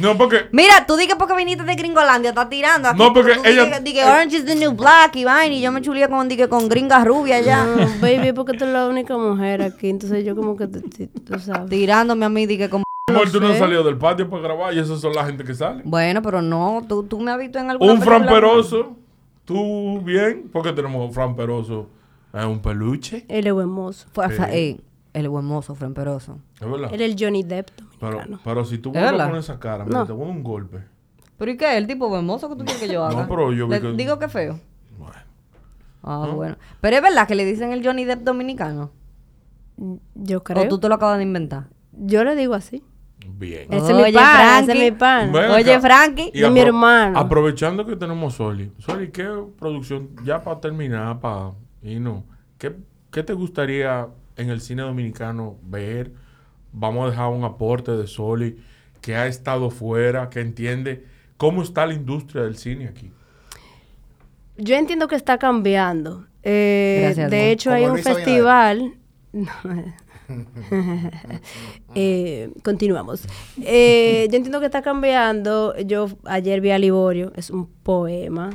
No, porque...
Mira, tú di que porque viniste de Gringolandia, estás tirando. aquí.
No, porque
Tú di
ella-
que- di que Orange is the New Black y vaina. Y yo me chulié con, di que con gringas rubias ya.
No, "Ah, baby, porque tú eres la única mujer aquí, entonces yo como que te- te- tú sabes.
Tirándome a mí, di que con.
Amor, tú no
sé.
has salido del patio para grabar y esas son la gente que sale.
Bueno, pero no. Tú, tú me has visto en alguna
Un
película-
framperoso. Tú bien, porque tenemos un framperoso. Es un peluche.
Él es buen mozo.
Fue- fue- eh, el buen mozo, framperoso.
Es verdad.
Él es el Johnny Depp.
Pero,
dominicano.
pero si tú
¿Es
vuelves
verdad?
con esa cara, mira, te voy a dar un golpe.
¿Pero y qué? ¿El tipo buen mozo que tú quieres que yo haga?
No, pero yo vi
Le-
que-
Digo que feo.
Bueno.
Ah, bueno. Pero es verdad que le dicen el Johnny Depp dominicano.
Yo
O
creo.
tú te lo acabas de inventar.
Yo le digo así.
Bien.
Ese es mi
Oye,
pana, ese
Frankie.
es mi pana.
Ven
Oye,
acá.
Frankie.
es mi
apro-
hermano.
Aprovechando que tenemos Soli. Soli, ¿qué producción, ya para terminar, para y no, ¿qué, qué te gustaría en el cine dominicano ver? Vamos a dejar un aporte de Soli, que ha estado fuera, que entiende cómo está la industria del cine aquí.
Yo entiendo que está cambiando. Eh,
Gracias,
de
amor.
hecho,
Como
hay un
Luis Abinader.
festival. Eh, continuamos. Eh, yo entiendo que está cambiando. Yo ayer vi a Liborio, es un poema.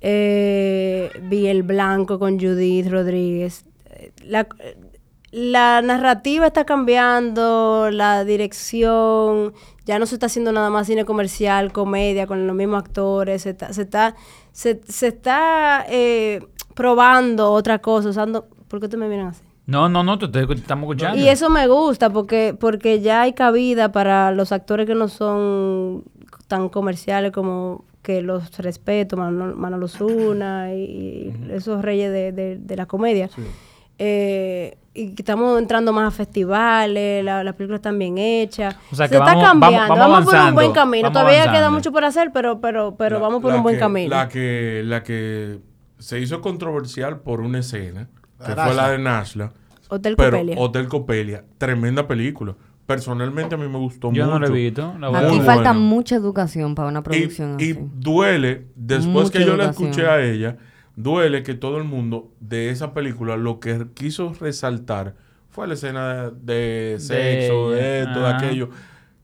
Eh, vi El Blanco con Judith Rodríguez. Eh, La, la narrativa está cambiando, la dirección, ya no se está haciendo nada más cine comercial, comedia, con los mismos actores, se está, se está, se, se está eh, probando otra cosa, usando... ¿Por qué tú me miran así?
No, no, no, te, te- te estamos escuchando.
Y eso me gusta porque, porque ya hay cabida para los actores que no son tan comerciales como que los respeto, Manolo, Manolo Zuna y, y esos reyes de, de- de la comedia. eh, y que estamos entrando más a festivales, la- las películas están bien hechas.
O sea,
Se
que
está
vamos- vamos-
cambiando,
vamos
por un buen
avanzando,
camino.
vamos
Todavía queda
avanzando.
mucho por hacer, pero pero pero
La-
vamos por
la
un buen
que-
camino.
La que, la que se hizo controversial por una escena, que
La
fue la
Nashla.
de Nashla.
Hotel
pero
Copelia.
Hotel Copelia, tremenda película. Personalmente a mí me gustó mucho.
Yo no la he visto. La voy a
Aquí
ver.
falta
bueno.
mucha educación para una
Y,
producción
y
así.
duele, después
Mucha
que yo la
educación.
escuché a ella, duele que todo el mundo de esa película lo que quiso resaltar fue la escena de, de sexo,
ella,
de esto, de
ajá.
aquello,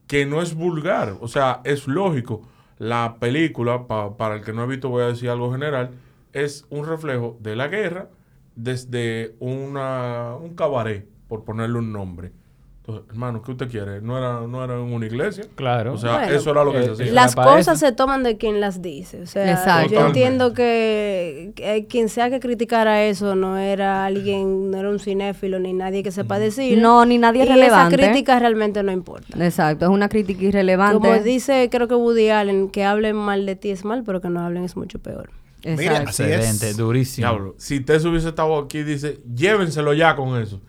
que no es vulgar, o sea, es lógico. La película, pa- para el que no ha visto voy a decir algo general, es un reflejo de la guerra desde una, un cabaret, por ponerle un nombre. Entonces, hermano, ¿qué usted quiere? ¿No era, no era en una iglesia?
Claro.
O sea,
Bueno,
eso era lo que
eh,
se hacía.
Las
para
cosas
eso.
se toman de quien las dice. O sea,
Exacto.
yo
Totalmente.
entiendo que, que eh, quien sea que criticara eso no era alguien, no era un cinéfilo ni nadie que sepa decir.
No, ni nadie
y
relevante.
Esa crítica realmente no importa.
Exacto, es una crítica irrelevante.
Como dice, creo que Woody Allen, que hablen mal de ti es mal, pero que no hablen es mucho peor.
Mira,
Exacto.
así
Excelente,
es.
durísimo.
Diablo, si Tess hubiese estado aquí, dice, llévenselo ya con eso.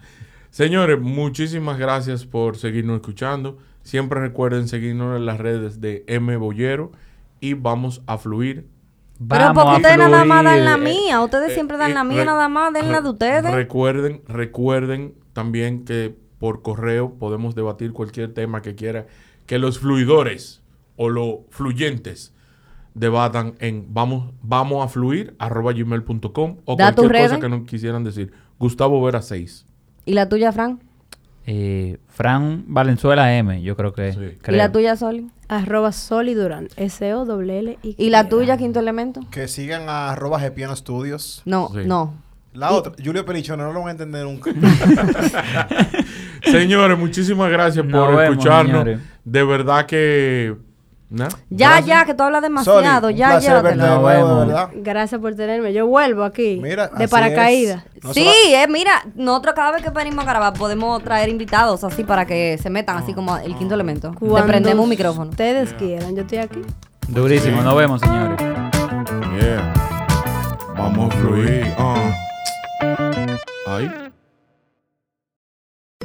Señores, muchísimas gracias por seguirnos escuchando. Siempre recuerden seguirnos en las redes de M Bollero y vamos a fluir.
Pero
Vamos
porque
a
ustedes nada más dan
fluir.
la
Eh,
mía, ustedes siempre dan
Eh,
la mía
re-
nada más, den la de
re-
ustedes.
Recuerden, recuerden también que por correo podemos debatir cualquier tema que quiera que los fluidores o los fluyentes debatan en vamos vamos a fluir arroba gmail.com o
Da
cualquier
tus
cosa
redes.
que no quisieran decir. Gustavo Vera 6.
¿Y la tuya, Fran?
Eh, Fran Valenzuela M, yo creo que.
Sí.
¿Y
creo.
la tuya, Soli?
Arroba Sol y Durán. S-O-L-L-I.
¿Y la tuya, Quinto Elemento?
Que sigan a arroba Gepiano Studios.
No,
Sí.
no.
La otra, Julio Pelichona, no lo van a entender nunca.
Señores, muchísimas gracias
Nos
por
vemos,
escucharnos.
señores.
De verdad que ¿no?
Ya,
Gracias.
ya, que tú hablas
Sorry,
demasiado,
un
ya,
placer verte de
llévatela.
Nos
nuevo, de
vemos.
verdad.
Gracias por tenerme. Yo vuelvo aquí.
Mira, así
de
es.
paracaídas.
No se
sí,
va-
eh, mira, nosotros cada vez que venimos a grabar podemos traer invitados así para que se metan,
Ah.
así como el quinto elemento. Le
Cuando
prendemos un micrófono.
Ustedes quieran, yo estoy aquí.
Durísimo, nos vemos, señores.
Yeah. Vamos a fluir.
Ah.
Uh. Ay.